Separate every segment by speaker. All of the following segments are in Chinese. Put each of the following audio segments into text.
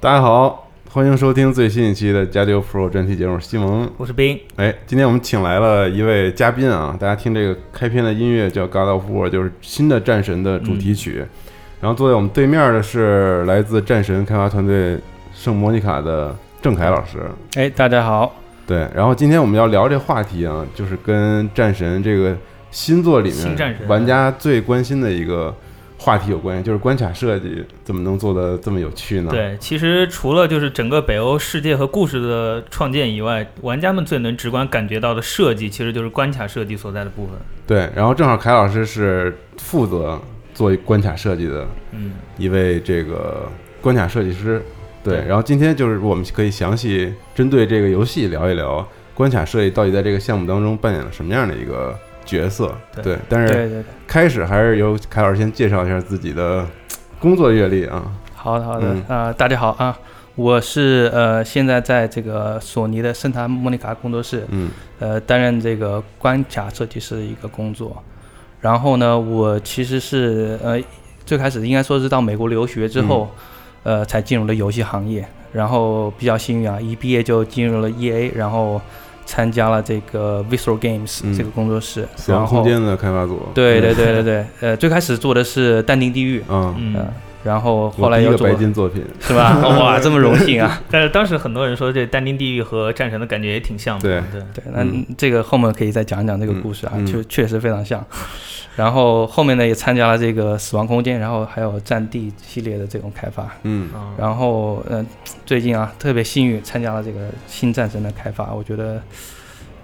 Speaker 1: 大家好，欢迎收听最新一期的《加丢 Pro》专题节目，西蒙。
Speaker 2: 我是冰，
Speaker 1: 哎，今天我们请来了一位嘉宾啊，大家听这个开篇的音乐叫《God of War》，就是新的战神的主题曲。
Speaker 2: 嗯
Speaker 1: 然后坐在我们对面的是来自战神开发团队圣莫妮卡的郑凯老师。
Speaker 3: 哎，大家好，
Speaker 2: 啊
Speaker 1: 对，然后今天我们要聊这话题啊，就是跟战神这个新作里
Speaker 2: 新战
Speaker 1: 面
Speaker 2: 神
Speaker 1: 玩家最关心的一个话题有关系，就是关卡设计怎么能做得这么有趣呢？
Speaker 2: 对，其实除了就是整个北欧世界和故事的创建以外，玩家们最能直观感觉到的设计，其实就是关卡设计所在的部分。
Speaker 1: 对，然后正好凯老师是负责做关卡设计的
Speaker 2: 嗯，
Speaker 1: 一位这个关卡设计师。对，
Speaker 2: 对
Speaker 1: 然后今天就是我们可以详细针对这个游戏聊一聊关卡设计到底在这个项目当中扮演了什么样的一个角色。
Speaker 2: 对
Speaker 1: 对，但是
Speaker 3: 对对对，
Speaker 1: 开始还是由凯老师先介绍一下自己的工作阅历啊。
Speaker 3: 好的好的
Speaker 1: 嗯，
Speaker 3: 呃，大家好啊，我是呃现在在这个索尼的圣塔莫妮卡工作室，
Speaker 1: 嗯
Speaker 3: 呃，担任这个关卡设计师的一个工作。然后呢，我其实是呃最开始应该说是到美国留学之后，
Speaker 1: 嗯
Speaker 3: 呃才进入了游戏行业。然后比较幸运啊，一毕业就进入了 EA，然后参加了这个 Visual Games、
Speaker 1: 嗯
Speaker 3: 这个工作室。
Speaker 1: 死
Speaker 3: 然
Speaker 1: 亡
Speaker 3: 后
Speaker 1: 空间的开发组。
Speaker 3: 对对对对 对，呃，最开始做的是《淡定地狱》，
Speaker 1: 嗯，
Speaker 2: 嗯
Speaker 3: 呃，然后
Speaker 1: 我
Speaker 3: 后来
Speaker 1: 第一
Speaker 3: 又
Speaker 1: 个
Speaker 3: 做
Speaker 1: 白金作品。
Speaker 3: 是吧？哇，这么荣幸啊！
Speaker 2: 但是当时很多人说这《但丁地狱》和《战神》的感觉也挺像的。对
Speaker 3: 对，那
Speaker 1: 嗯
Speaker 3: 这个后面可以再讲一讲这个故事啊，
Speaker 1: 嗯嗯
Speaker 3: 确确实非常像。然后后面呢也参加了这个《死亡空间》，然后还有《战地》系列的这种开发。
Speaker 1: 嗯
Speaker 2: 嗯，
Speaker 3: 然后嗯、呃最近啊特别幸运参加了这个新战神的开发，我觉得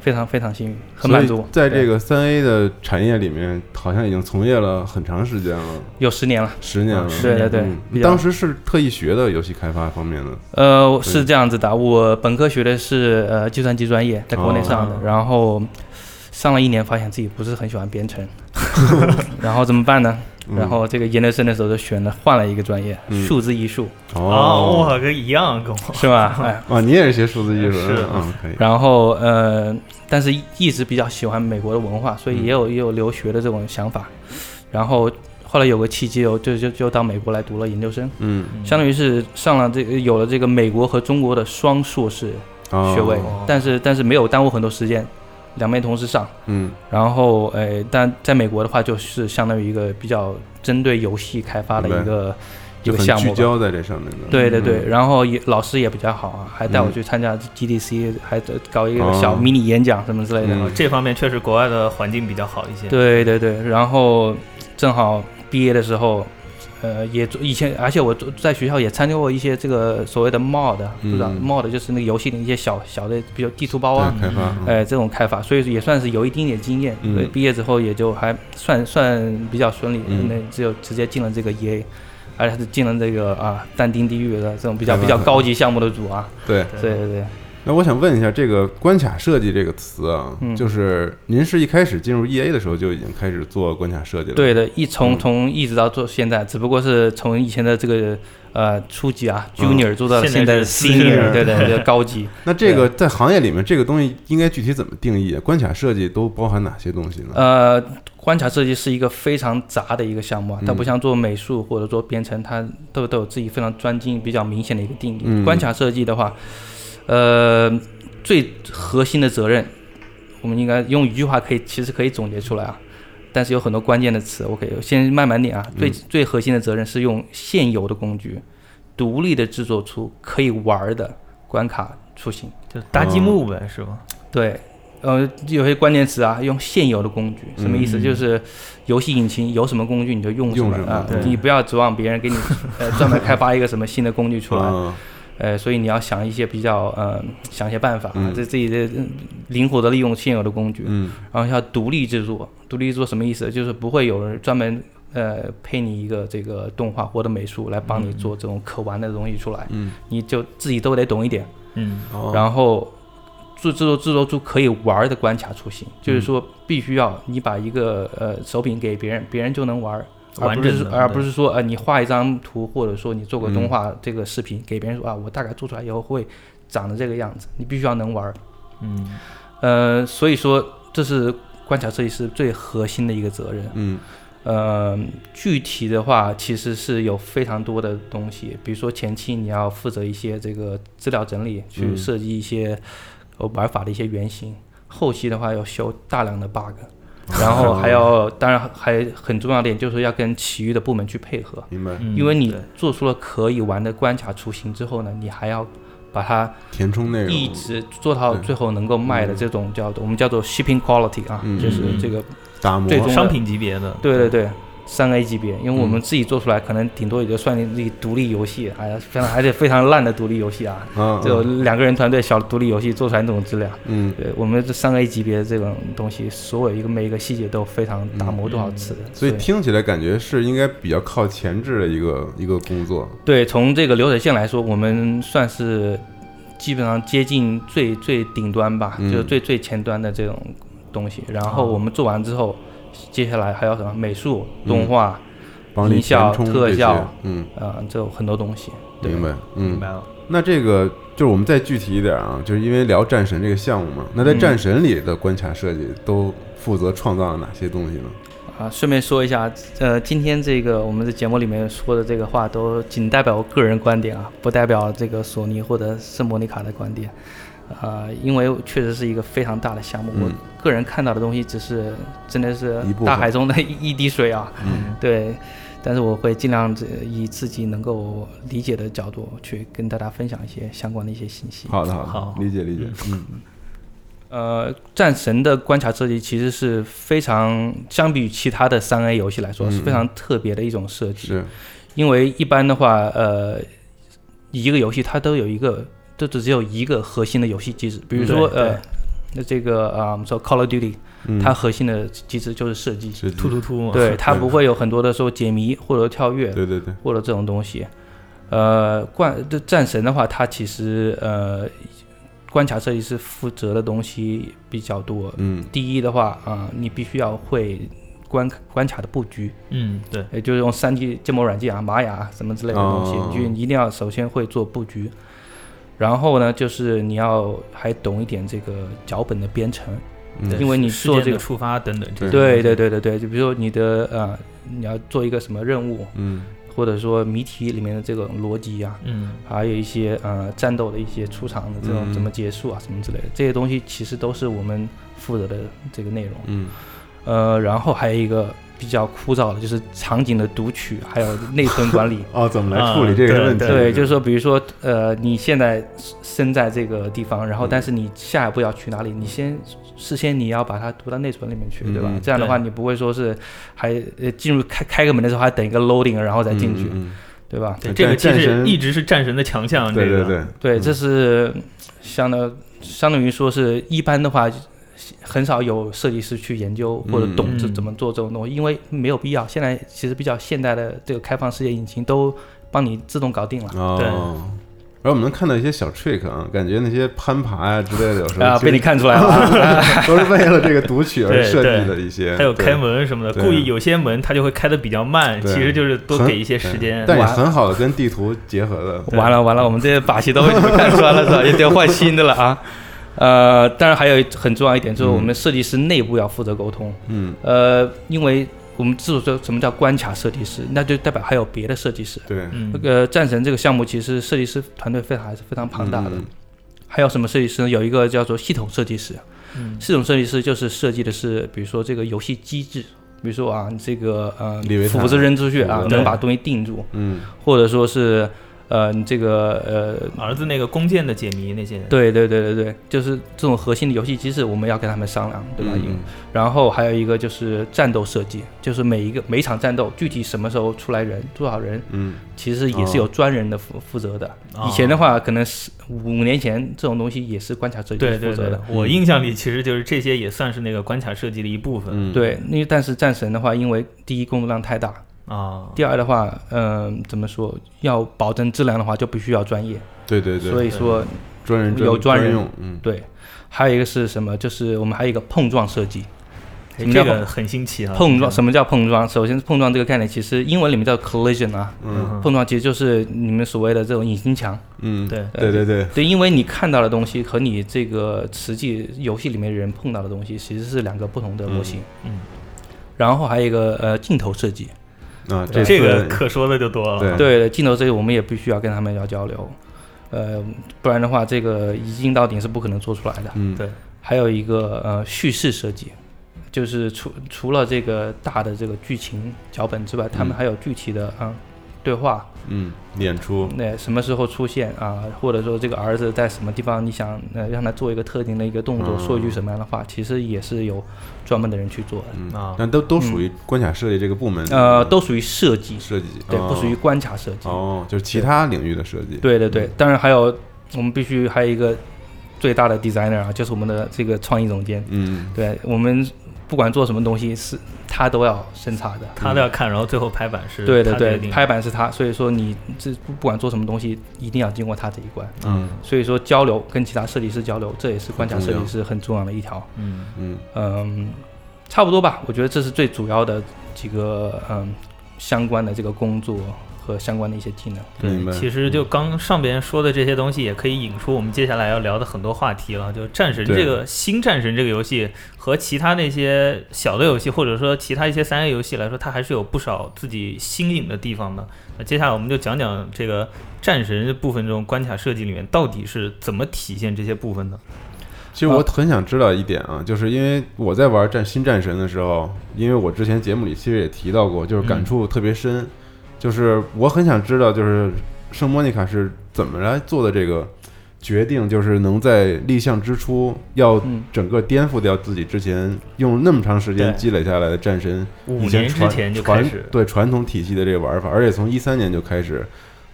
Speaker 3: 非常非常幸运，很满
Speaker 1: 所
Speaker 3: 足
Speaker 1: 以。在这
Speaker 3: 对
Speaker 1: 个三 A 的产业里面，好像已经从业了很长时间了，
Speaker 3: 有十年了，
Speaker 1: 十年了。
Speaker 2: 嗯
Speaker 3: 对对对，
Speaker 1: 嗯
Speaker 3: 比较
Speaker 1: 当时是特意学的游戏开发方面的，
Speaker 3: 呃，是这样子的，我本科学的是呃计算机专业，在国内上的，
Speaker 2: 哦
Speaker 3: 然后上了一年，发现自己不是很喜欢编 程，然后怎么办呢？
Speaker 1: 嗯
Speaker 3: 然后这个研究生的时候就选了换了一个专业，
Speaker 1: 嗯
Speaker 3: 数字艺术，
Speaker 2: 啊，我
Speaker 1: 哦，
Speaker 2: 跟一样跟我。
Speaker 3: 是吧？哎，
Speaker 1: 啊，你也是学数字艺术的？
Speaker 2: 是
Speaker 1: 嗯，可以。
Speaker 3: 然后呃，但是一直比较喜欢美国的文化，所以
Speaker 1: 嗯
Speaker 3: 也有也有留学的这种想法，然后后来有个契机，我哦就就就到美国来读了研究生。
Speaker 1: 嗯，
Speaker 3: 相当于是上了这个有了这个美国和中国的双硕士
Speaker 1: 哦
Speaker 3: 学位，
Speaker 2: 哦
Speaker 3: 但是但是没有耽误很多时间，两边同时上。
Speaker 1: 嗯
Speaker 3: 然后，诶、但在美国的话，就是相当于一个比较针对游戏开发的
Speaker 1: 明白
Speaker 3: 一个一
Speaker 1: 就
Speaker 3: 个
Speaker 1: 很
Speaker 3: 项
Speaker 1: 聚
Speaker 3: 目吧。
Speaker 1: 焦在这上面的。
Speaker 3: 对对对，
Speaker 1: 嗯，
Speaker 3: 然后也老师也比较好啊，还带我
Speaker 1: 嗯
Speaker 3: 去参加 GDC，、还搞一个
Speaker 1: 哦
Speaker 3: 小迷你演讲什么之类的。
Speaker 1: 嗯
Speaker 2: 这方面确实国外的环境比较好一些。
Speaker 3: 对对对，然后正好毕业的时候，呃，也做以前，而且我做在学校也参加过一些这个所谓的 mod，、不啊知道
Speaker 1: 嗯
Speaker 3: mod 就是那个游戏的一些小小的，比如地图包啊，
Speaker 1: 对开发，嗯
Speaker 3: 哎，这种开发，所以也算是有一丁点经验。
Speaker 1: 嗯
Speaker 3: 所以毕业之后也就还算算比较顺利，
Speaker 1: 嗯
Speaker 3: 那只有直接进了这个 EA，而且是进了这个啊但丁地狱的这种比较
Speaker 1: 明白
Speaker 3: 比较高级项目的组啊。
Speaker 1: 对。
Speaker 3: 对对对，
Speaker 1: 那我想问一下，这个关卡设计这个词啊，
Speaker 3: 嗯
Speaker 1: 就是您是一开始进入 EA 的时候就已经开始做关卡设计了？
Speaker 3: 对的，一从
Speaker 1: 嗯
Speaker 3: 从一直到做现在，只不过是从以前的这个呃初级啊
Speaker 1: 嗯
Speaker 3: junior 做到了
Speaker 2: 现
Speaker 3: 现
Speaker 2: 在
Speaker 3: 在的
Speaker 2: 是
Speaker 3: senior，
Speaker 2: senior
Speaker 3: 对对对，高级。
Speaker 1: 那这个在行业里面，这个东西应该具体怎么定义？关卡设计都包含哪些东西呢？
Speaker 3: 呃，关卡设计是一个非常杂的一个项目啊，它
Speaker 1: 嗯
Speaker 3: 不像做美术或者做编程，它都都有自己非常专精、比较明显的一个定义。
Speaker 1: 嗯
Speaker 3: 关卡设计的话，呃，最核心的责任，我们应该用一句话可以，其实可以总结出来啊，但是有很多关键的词，我可以先慢慢点啊。
Speaker 1: 嗯
Speaker 3: 最、最核心的责任是用现有的工具，独立的制作出可以玩儿的关卡雏形。
Speaker 2: 就搭积木呗，是吧？
Speaker 3: 对，呃，有些关键词啊，用现有的工具，什么意思？
Speaker 2: 嗯
Speaker 3: 就是游戏引擎有什么工具你就用什
Speaker 1: 用
Speaker 3: 么
Speaker 1: 什么
Speaker 3: 啊
Speaker 2: 对，
Speaker 3: 你不要指望别人给你 呃专门开发一个什么新的工具出来。
Speaker 1: 嗯
Speaker 3: 呃，所以你要想一些比较呃，想一些办法，
Speaker 1: 嗯
Speaker 3: 这自己的嗯灵活的利用现有的工具，
Speaker 1: 嗯
Speaker 3: 然后要独立制作。独立制作什么意思？就是不会有人专门呃配你一个这个动画或者美术来帮你做这种可玩的东西出来，
Speaker 1: 嗯，
Speaker 3: 你就自己都得懂一点，
Speaker 2: 嗯，
Speaker 1: 哦
Speaker 3: 然后制制作制作出可以玩儿的关卡雏形，就是说必须要你把一个呃手柄给别人，别人就能玩儿。
Speaker 2: 嗯完
Speaker 3: 而啊不是
Speaker 2: 整
Speaker 3: 说嗯
Speaker 2: 的，
Speaker 3: 而不
Speaker 2: 对
Speaker 3: 是说呃，你画一张图，或者说你做个动画这个视频，给别人说啊，我大概做出来以后会长得这个样子，你必须要能玩儿。
Speaker 2: 嗯
Speaker 3: 呃，所以说这是关卡设计师最核心的一个责任。
Speaker 1: 嗯
Speaker 3: 呃，具体的话其实是有非常多的东西，比如说前期你要负责一些这个资料整理，去
Speaker 1: 嗯
Speaker 3: 设计一些呃玩法的一些原型；后期的话要修大量的 bug，然后还要，当然还很重要的点就是要跟其余的部门去配合，
Speaker 1: 明白，
Speaker 2: 嗯，
Speaker 3: 因为你
Speaker 2: 对
Speaker 3: 做出了可以玩的关卡雏形之后呢，你还要把它
Speaker 1: 填充内容，
Speaker 3: 一直做到
Speaker 1: 对
Speaker 3: 最后能够卖的这种叫我们叫做 shipping quality 啊，
Speaker 1: 嗯
Speaker 3: 就是这个
Speaker 1: 打磨
Speaker 3: 最终的
Speaker 2: 商品级别的，
Speaker 3: 对对对，三 A 级别，因为我
Speaker 1: 嗯
Speaker 3: 们自己做出来，可能顶多也就算你自己独立游戏，还非常还得非常烂的独立游戏啊，
Speaker 1: 啊，
Speaker 3: 就两个人团队小独立游戏做出来那种质量。
Speaker 1: 嗯
Speaker 3: 对我们这三 A 级别的这种东西，所有一个每一个细节都非常打磨多少次，
Speaker 1: 嗯所以
Speaker 3: 对
Speaker 1: 听起来感觉是应该比较靠前置的一个一个工作，
Speaker 3: 对从这个流水线来说，我们算是基本上接近最最顶端吧，
Speaker 1: 嗯哦
Speaker 3: 就是最最前端的这种东西。然后我们做完之后，接下来还有什么美术、
Speaker 1: 嗯
Speaker 3: 动画，
Speaker 1: 帮你
Speaker 3: 音效
Speaker 1: 填充
Speaker 3: 特
Speaker 1: 这些
Speaker 3: 效，
Speaker 1: 嗯，
Speaker 3: 呃，这种很多东西。对
Speaker 1: 明白，
Speaker 2: 明
Speaker 1: 嗯，
Speaker 2: 白了，
Speaker 1: 那这个就是我们再具体一点啊，就是因为聊战神这个项目嘛，那在
Speaker 3: 嗯
Speaker 1: 战神里的关卡设计都负责创造了哪些东西呢？
Speaker 3: 啊，顺便说一下，呃，今天这个我们的节目里面说的这个话，都仅代表我个人观点啊，不代表这个索尼或者圣莫尼卡的观点。啊、因为确实是一个非常大的项目，
Speaker 1: 嗯
Speaker 3: 我个人看到的东西只是真的是
Speaker 1: 一部分
Speaker 3: 大海中的一一滴水啊。
Speaker 2: 嗯
Speaker 3: 对，但是我会尽量这以自己能够理解的角度去跟大家分享一些相关的一些信息。
Speaker 1: 好的，好的，
Speaker 2: 好
Speaker 1: 理解理解，嗯
Speaker 3: 呃，战神的关卡设计其实是非常相比于其他的三 A 游戏来说、
Speaker 1: 嗯
Speaker 3: 是非常特别的一种设计，
Speaker 1: 是，
Speaker 3: 因为一般的话，呃，一个游戏它都有一个，都只有一个核心的游戏机制，比如说、
Speaker 2: 对对
Speaker 3: 呃，那这个啊，我们说 Call of Duty，、
Speaker 1: 嗯，
Speaker 3: 它核心的机制就是射击，
Speaker 1: 是
Speaker 2: 突突突嘛，
Speaker 3: 对， 它不会有很多的说解谜或者跳跃，
Speaker 1: 对对对，
Speaker 3: 或者这种东西。呃，关这战神的话，它其实呃，关卡设计师负责的东西比较多。
Speaker 1: 嗯
Speaker 3: 第一的话啊、你必须要会关关卡的布局，
Speaker 2: 嗯，对，
Speaker 3: 也就是用 3D 建模软件啊、玛雅啊什么之类的东西，
Speaker 1: 哦
Speaker 3: 你就你一定要首先会做布局。然后呢，就是你要还懂一点这个脚本的编程，
Speaker 1: 嗯
Speaker 2: 对
Speaker 3: 因为你
Speaker 2: 事件
Speaker 3: 做这
Speaker 2: 的
Speaker 3: 个
Speaker 2: 触发等等这些，
Speaker 3: 对对对对对，就比如说你的呃，你要做一个什么任务，
Speaker 1: 嗯
Speaker 3: 或者说谜题里面的这种逻辑啊，
Speaker 2: 嗯，
Speaker 3: 还有一些呃战斗的一些出场的这种
Speaker 1: 嗯
Speaker 3: 怎么结束啊、什么之类的，这些东西其实都是我们负责的这个内容。
Speaker 1: 嗯，。
Speaker 3: 呃，然后还有一个比较枯燥的就是场景的读取，还有内存管理
Speaker 1: 哦，怎么来处理这个
Speaker 2: 啊
Speaker 1: 问题？
Speaker 2: 对
Speaker 3: 对，就是说，比如说，呃，你现在身在这个地方，然后但是你下一步要去哪里，你先事先你要把它读到内存里面去，对吧
Speaker 1: 嗯？
Speaker 3: 这样的话，
Speaker 2: 对
Speaker 3: 你不会说是还呃进入开开个门的时候还等一个 loading，然后再进去，
Speaker 1: 嗯，嗯
Speaker 3: 对吧？
Speaker 2: 对，
Speaker 1: 战
Speaker 2: 这个其
Speaker 1: 战
Speaker 2: 实
Speaker 1: 神
Speaker 2: 一直是战神的强项，
Speaker 1: 嗯对
Speaker 2: 这
Speaker 1: 对
Speaker 2: 个
Speaker 1: 对，
Speaker 3: 对，
Speaker 1: 嗯
Speaker 3: 这是相当相当于说是一般的话，很少有设计师去研究或者
Speaker 1: 嗯
Speaker 3: 懂这
Speaker 2: 嗯
Speaker 3: 怎么做这种东西，因为没有必要。现在其实比较现代的这个开放世界引擎都帮你自动搞定了。
Speaker 2: 对
Speaker 1: 哦。然后我们能看到一些小 trick 啊，感觉那些攀爬呀、之类的，有
Speaker 2: 嗯
Speaker 1: 时候
Speaker 3: 啊，
Speaker 1: 其实
Speaker 3: 被你 看出来了 啊！
Speaker 1: 都是为了这个读取而
Speaker 2: 对
Speaker 1: 设计
Speaker 2: 对
Speaker 1: 的一些，
Speaker 2: 还有
Speaker 1: 对
Speaker 2: 开门什么的，
Speaker 1: 对
Speaker 2: 故意有些门它就会开的比较慢，
Speaker 1: 对
Speaker 2: 其实就是多
Speaker 1: 很
Speaker 2: 给一些
Speaker 1: 对
Speaker 2: 时间。
Speaker 1: 但也
Speaker 3: 哇
Speaker 1: 很好的跟地图结合的，
Speaker 3: 完了完了，我们这些把戏都被你们看出来了，是吧？也得换新的了啊。呃，当然还有很重要一点，就是我
Speaker 2: 嗯
Speaker 3: 们设计师内部要负责沟通。
Speaker 1: 嗯，
Speaker 3: 呃，因为我们之所以说什么叫关卡设计师，那就代表还有别的设计师。
Speaker 1: 对，
Speaker 2: 嗯
Speaker 3: 那，个战神这个项目，其实设计师团队非常还是非常庞大的。
Speaker 1: 嗯
Speaker 3: 还有什么设计师呢？有一个叫做系统设计师，
Speaker 2: 嗯
Speaker 3: 系统设计师就是设计的是，比如说这个游戏机制，比如说啊，这个呃
Speaker 1: 利维，坦
Speaker 3: 斧子扔出去啊，
Speaker 1: 对
Speaker 3: 能把东西定住，
Speaker 1: 嗯，
Speaker 3: 或者说是呃，你这个呃，
Speaker 2: 儿子那个弓箭的解谜那些，
Speaker 3: 对对对对对，就是这种核心的游戏机制，我们要跟他们商量，对吧？
Speaker 1: 嗯
Speaker 3: 然后还有一个就是战斗设计，就是每一个每一场战斗具体什么时候出来人多少人，
Speaker 1: 嗯，
Speaker 3: 其实也是有专人的负负责的。
Speaker 2: 哦
Speaker 3: 以前的话，可能是五年前这种东西也是关卡设计
Speaker 2: 对
Speaker 3: 负
Speaker 2: 对
Speaker 3: 责
Speaker 2: 对
Speaker 3: 的。，嗯
Speaker 2: 我印象里其实就是这些也算是那个关卡设计的一部分
Speaker 1: 嗯，哦
Speaker 3: 对，因为但是战神的话，因为第一工作量太大，
Speaker 2: 啊。
Speaker 3: 第二的话，嗯、怎么说？要保证质量的话，就必须要专业。
Speaker 1: 对对对，
Speaker 3: 所以说，
Speaker 1: 专人
Speaker 3: 有专人
Speaker 1: 用，嗯，
Speaker 3: 对，还有一个是什么？就是我们还有一个碰撞设计。
Speaker 2: 哎
Speaker 3: 什么
Speaker 2: 这
Speaker 3: 叫
Speaker 2: 个很新奇啊！
Speaker 1: 嗯
Speaker 3: 碰撞，
Speaker 2: 这
Speaker 3: 什么叫碰撞？首先，碰撞这个概念其实英文里面叫 collision 啊，
Speaker 1: 嗯
Speaker 3: 碰撞其实就是你们所谓的这种引擎墙。
Speaker 1: 嗯，
Speaker 2: 对
Speaker 1: 对对对，
Speaker 3: 对，因为你看到的东西和你这个实际游戏里面人碰到的东西，其实是两个不同的模型。
Speaker 2: 嗯嗯
Speaker 3: 然后还有一个呃镜头设计，
Speaker 1: 啊，
Speaker 2: 个
Speaker 1: 这
Speaker 2: 这个
Speaker 1: 次
Speaker 2: 可说的就多了。
Speaker 1: 对
Speaker 3: 对镜头设计我们也必须要跟他们要交流，呃，不然的话这个一镜到顶是不可能做出来的。
Speaker 1: 嗯
Speaker 2: 对
Speaker 3: 还有一个呃叙事设计，就是除除了这个大的这个剧情脚本之外，他们
Speaker 1: 嗯
Speaker 3: 还有具体的啊、对话，
Speaker 1: 嗯，演出，
Speaker 3: 那什么时候出现啊？或者说这个儿子在什么地方，你想呃让他做一个特定的一个动作，
Speaker 1: 嗯
Speaker 3: 说一句什么样的话，其实也是有专门的人去做的，
Speaker 1: 嗯
Speaker 2: 啊，
Speaker 1: 但都都属于关卡设计这个部门，
Speaker 3: 呃，都属于设计，
Speaker 1: 设计，
Speaker 3: 对，
Speaker 1: 哦
Speaker 3: 不属于关卡设计。
Speaker 1: 哦，就是其他领域的设计，
Speaker 3: 对对
Speaker 2: 嗯
Speaker 3: 对，当然还有我们必须还有一个最大的 designer 啊，就是我们的这个创意总监。
Speaker 1: 嗯，
Speaker 3: 对我们不管做什么东西，是他都要审查的。
Speaker 2: 他都要看，然后最后拍板是
Speaker 3: 对对
Speaker 2: 他决
Speaker 3: 对，
Speaker 2: 定的
Speaker 3: 拍板是他，所以说你这不不管做什么东西，一定要经过他这一关。
Speaker 1: 嗯
Speaker 3: 所以说交流跟其他设计师交流，这也是关卡设计师很重要的一条。
Speaker 2: 嗯
Speaker 1: 嗯
Speaker 3: 嗯，差不多吧，我觉得这是最主要的几个嗯相关的这个工作和相关的一些技能。
Speaker 1: 明白嗯
Speaker 2: 对，其实就刚上边说的这些东西，也可以引出我们接下来要聊的很多话题了。就战神
Speaker 1: 对
Speaker 2: 这个新战神这个游戏和其他那些小的游戏，或者说其他一些三 A 游戏来说，它还是有不少自己新颖的地方的。那接下来我们就讲讲这个战神部分中关卡设计里面到底是怎么体现这些部分的。
Speaker 1: 其实我很想知道一点啊，就是因为我在玩战新战神的时候，因为我之前节目里其实也提到过，就是感触特别深，就是我很想知道，就是圣莫妮卡是怎么来做的这个决定，就是能在立项之初要
Speaker 3: 嗯
Speaker 1: 整个颠覆掉自己之前用那么长时间
Speaker 2: 对
Speaker 1: 积累下来的战神
Speaker 2: 五
Speaker 1: 以前
Speaker 2: 年之
Speaker 1: 传
Speaker 2: 前就开
Speaker 1: 传
Speaker 2: 始，
Speaker 1: 对传统体系的这个玩法，而且从一三年就开始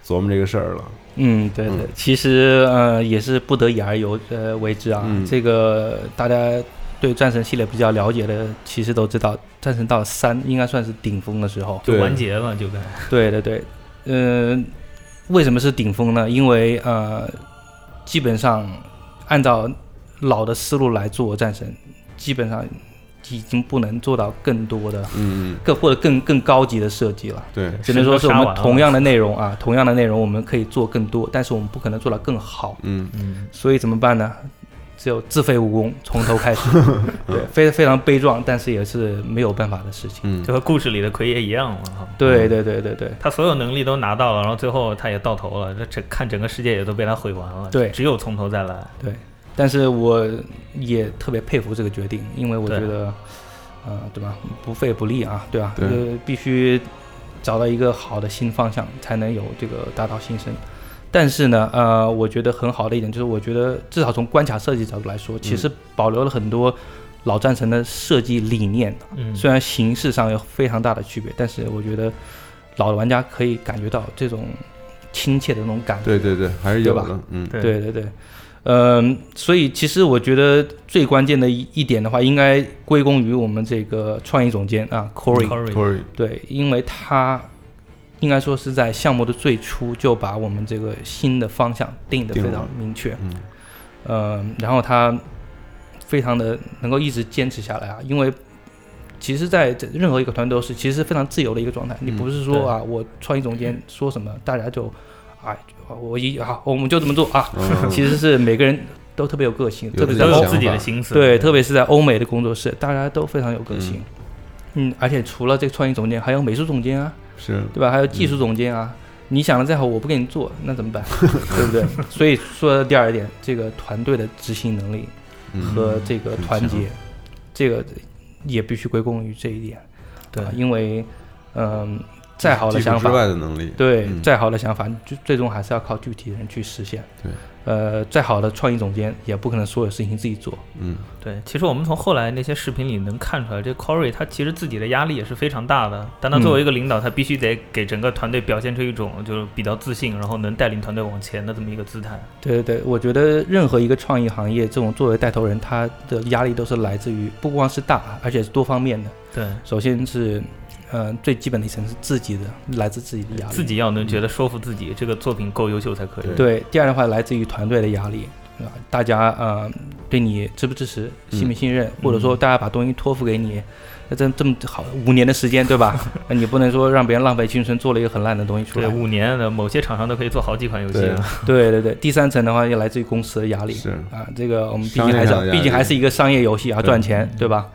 Speaker 1: 琢磨这个事儿了。
Speaker 3: 嗯，对对，其实呃也是不得已而由呃为之啊。
Speaker 1: 嗯
Speaker 3: 这个大家对战神系列比较了解的，其实都知道，战神到三应该算是顶峰的时候。
Speaker 2: 就
Speaker 1: 对
Speaker 2: 完结了，就该
Speaker 3: 对对对，嗯，为什么是顶峰呢？因为呃，基本上按照老的思路来做战神，基本上已经不能做到更多的
Speaker 1: 嗯，嗯
Speaker 3: 更或者更更高级的设计了。
Speaker 1: 对，
Speaker 3: 只能说是我
Speaker 2: 杀完
Speaker 3: 们
Speaker 2: 了
Speaker 3: 同样的内容啊，同样的内容我们可以做更多，但是我们不可能做到更好，
Speaker 1: 嗯
Speaker 2: 嗯，
Speaker 3: 所以怎么办呢？只有自废武功，从头开始。对，非非常悲壮，但是也是没有办法的事情。
Speaker 1: 嗯
Speaker 2: 就和故事里的奎爷一样了哈。
Speaker 3: 对对对对对。
Speaker 2: 他所有能力都拿到了，然后最后他也到头了，这整看整个世界也都被他毁完了，
Speaker 3: 对
Speaker 2: 只有从头再来。
Speaker 3: 对，但是我也特别佩服这个决定，因为我
Speaker 2: 对
Speaker 3: 觉得，呃，对吧，不费不力啊，对吧？
Speaker 1: 对
Speaker 3: 呃必须找到一个好的新方向，才能有这个达到新生。但是呢，呃，我觉得很好的一点就是，我觉得至少从关卡设计角度来说，其实保留了很多老战神的设计理念，
Speaker 2: 嗯，
Speaker 3: 虽然形式上有非常大的区别，但是我觉得老的玩家可以感觉到这种亲切的那种感觉。
Speaker 1: 对对对，还是有
Speaker 3: 对
Speaker 1: 的，嗯，
Speaker 2: 对
Speaker 3: 对对对，嗯、所以其实我觉得最关键的一一点的话，应该归功于我们这个创意总监啊，Corey。
Speaker 2: Corey，
Speaker 1: Tory
Speaker 3: 对，因为他应该说是在项目的最初就把我们这个新的方向定得
Speaker 1: 定
Speaker 3: 非
Speaker 1: 了
Speaker 3: 常明确，
Speaker 1: 嗯
Speaker 3: 嗯，然后他非常的能够一直坚持下来啊，因为。其实，在这任何一个团队都是，其实是非常自由的一个状态。你
Speaker 1: 嗯
Speaker 3: 不是说啊，我创意总监说什么，大家就，哎，我一好，我们就这么做啊，
Speaker 1: 嗯
Speaker 3: 其实是每个人都特别有个性，
Speaker 1: 有
Speaker 3: 特别在
Speaker 2: 都
Speaker 1: 自
Speaker 2: 有
Speaker 1: 想
Speaker 3: 欧
Speaker 1: 法
Speaker 2: 自己的心思，
Speaker 3: 对，特别是在欧美的工作室，大家都非常有个性。嗯而且除了这个创意总监，还有美术总监啊，
Speaker 1: 是
Speaker 3: 对吧？还有技
Speaker 1: 嗯
Speaker 3: 术总监啊。你想的再好，我不给你做，那怎么办？ 对 不对？所以说到第二点，这个团队的执行能力
Speaker 1: 嗯
Speaker 3: 和这个团结，这个也必须归功于这一点。
Speaker 2: 对
Speaker 3: 啊因为嗯、再好
Speaker 1: 技
Speaker 3: 的
Speaker 1: 术
Speaker 3: 想
Speaker 1: 之
Speaker 3: 法，
Speaker 1: 外的能力，
Speaker 3: 对，
Speaker 1: 嗯
Speaker 3: 再好的想法，就最终还是要靠具体人去实现。
Speaker 1: 对，
Speaker 3: 呃，再好的创意总监也不可能所有事情自己做。
Speaker 1: 嗯，
Speaker 2: 对，其实我们从后来那些视频里能看出来，这 Corey 他其实自己的压力也是非常大的。但他作为一个领导，他必须得给整个团队表现出一种就是比较自信，然后能带领团队往前的这么一个姿态。
Speaker 3: 对对对，我觉得任何一个创意行业，这种作为带头人，他的压力都是来自于不光是大，而且是多方面的。
Speaker 2: 对
Speaker 3: 首先是，呃，最基本的一层是自己的，来自自己的压力。
Speaker 2: 自己要能觉得说服自己，这个作品够优秀才可以。
Speaker 3: 对，第二的话来自于团队的压力，啊，大家呃对你支不支持、
Speaker 2: 嗯
Speaker 3: 信不信任，或者说大家把东西托付给你，那这这么好五年的时间，对 吧？那你不能说让别人浪费青春做了一个很烂的东西出
Speaker 2: 对，
Speaker 3: 来。
Speaker 2: 五年的某些厂商都可以做好几款游戏啊
Speaker 1: 对
Speaker 2: 了。
Speaker 3: 对对对，第三层的话也来自于公司的压力
Speaker 1: 是，
Speaker 3: 啊，这个我们毕
Speaker 1: 商
Speaker 3: 竟
Speaker 1: 业
Speaker 3: 还
Speaker 1: 上的
Speaker 3: 是
Speaker 1: 压
Speaker 3: 毕竟还
Speaker 1: 力
Speaker 3: 是一个商业游戏啊，
Speaker 1: 对
Speaker 3: 赚钱，对吧？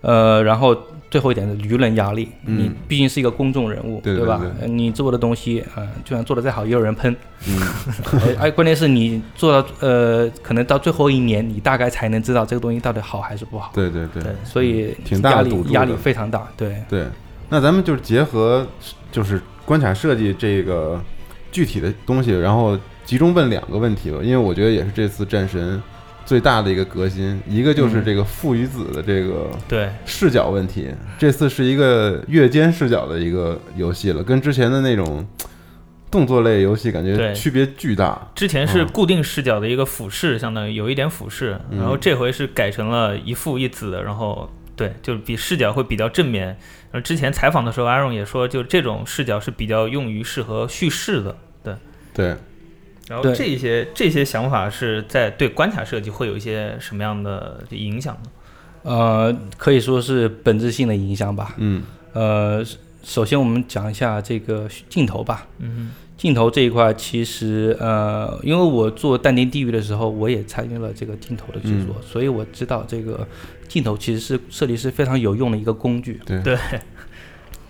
Speaker 3: 呃，然后最后一点是舆论压力，你
Speaker 1: 嗯
Speaker 3: 毕竟是一个公众人物，
Speaker 1: 对对
Speaker 3: 吧
Speaker 1: 对对？
Speaker 3: 呃你做的东西，啊，就算做的再好，也有人喷，
Speaker 1: 嗯，
Speaker 3: 哎哎，关键是你做到呃，可能到最后一年，你大概才能知道这个东西到底好还是不好。
Speaker 1: 对对对
Speaker 2: 对
Speaker 3: 所以
Speaker 1: 挺大
Speaker 3: 压
Speaker 1: 的
Speaker 3: 力
Speaker 1: 赌注
Speaker 3: 压
Speaker 1: 的
Speaker 3: 力非常大。对，
Speaker 1: 对。那咱们就是结合就是关卡设计这个具体的东西，然后集中问两个问题吧，因为我觉得也是这次战神最大的一个革新，一个就是
Speaker 3: 嗯
Speaker 1: 这个父与子的这个
Speaker 2: 对
Speaker 1: 视角问题，这次是一个越肩视角的一个游戏了，跟之前的那种动作类游戏感觉
Speaker 2: 对
Speaker 1: 区别巨大。
Speaker 2: 之前是固定视角的一个俯视，相当于有一点俯视，
Speaker 1: 嗯
Speaker 2: 然后这回是改成了一父一子，然后对，就是比视角会比较正面。然后之前采访的时候，阿荣也说，就这种视角是比较用于适合叙事的。
Speaker 1: 对，
Speaker 2: 然后
Speaker 3: 对
Speaker 2: 这些这些想法是在对关卡设计会有一些什么样的影响呢？
Speaker 3: 呃，可以说是本质性的影响吧。
Speaker 1: 嗯
Speaker 3: 呃，首先我们讲一下这个镜头吧。
Speaker 2: 嗯
Speaker 3: 镜头这一块，其实呃，因为我做《但丁地狱》的时候，我也参与了这个镜头的制
Speaker 1: 嗯
Speaker 3: 作，所以我知道这个镜头其实是设计师非常有用的一个工具。
Speaker 1: 对
Speaker 2: 对。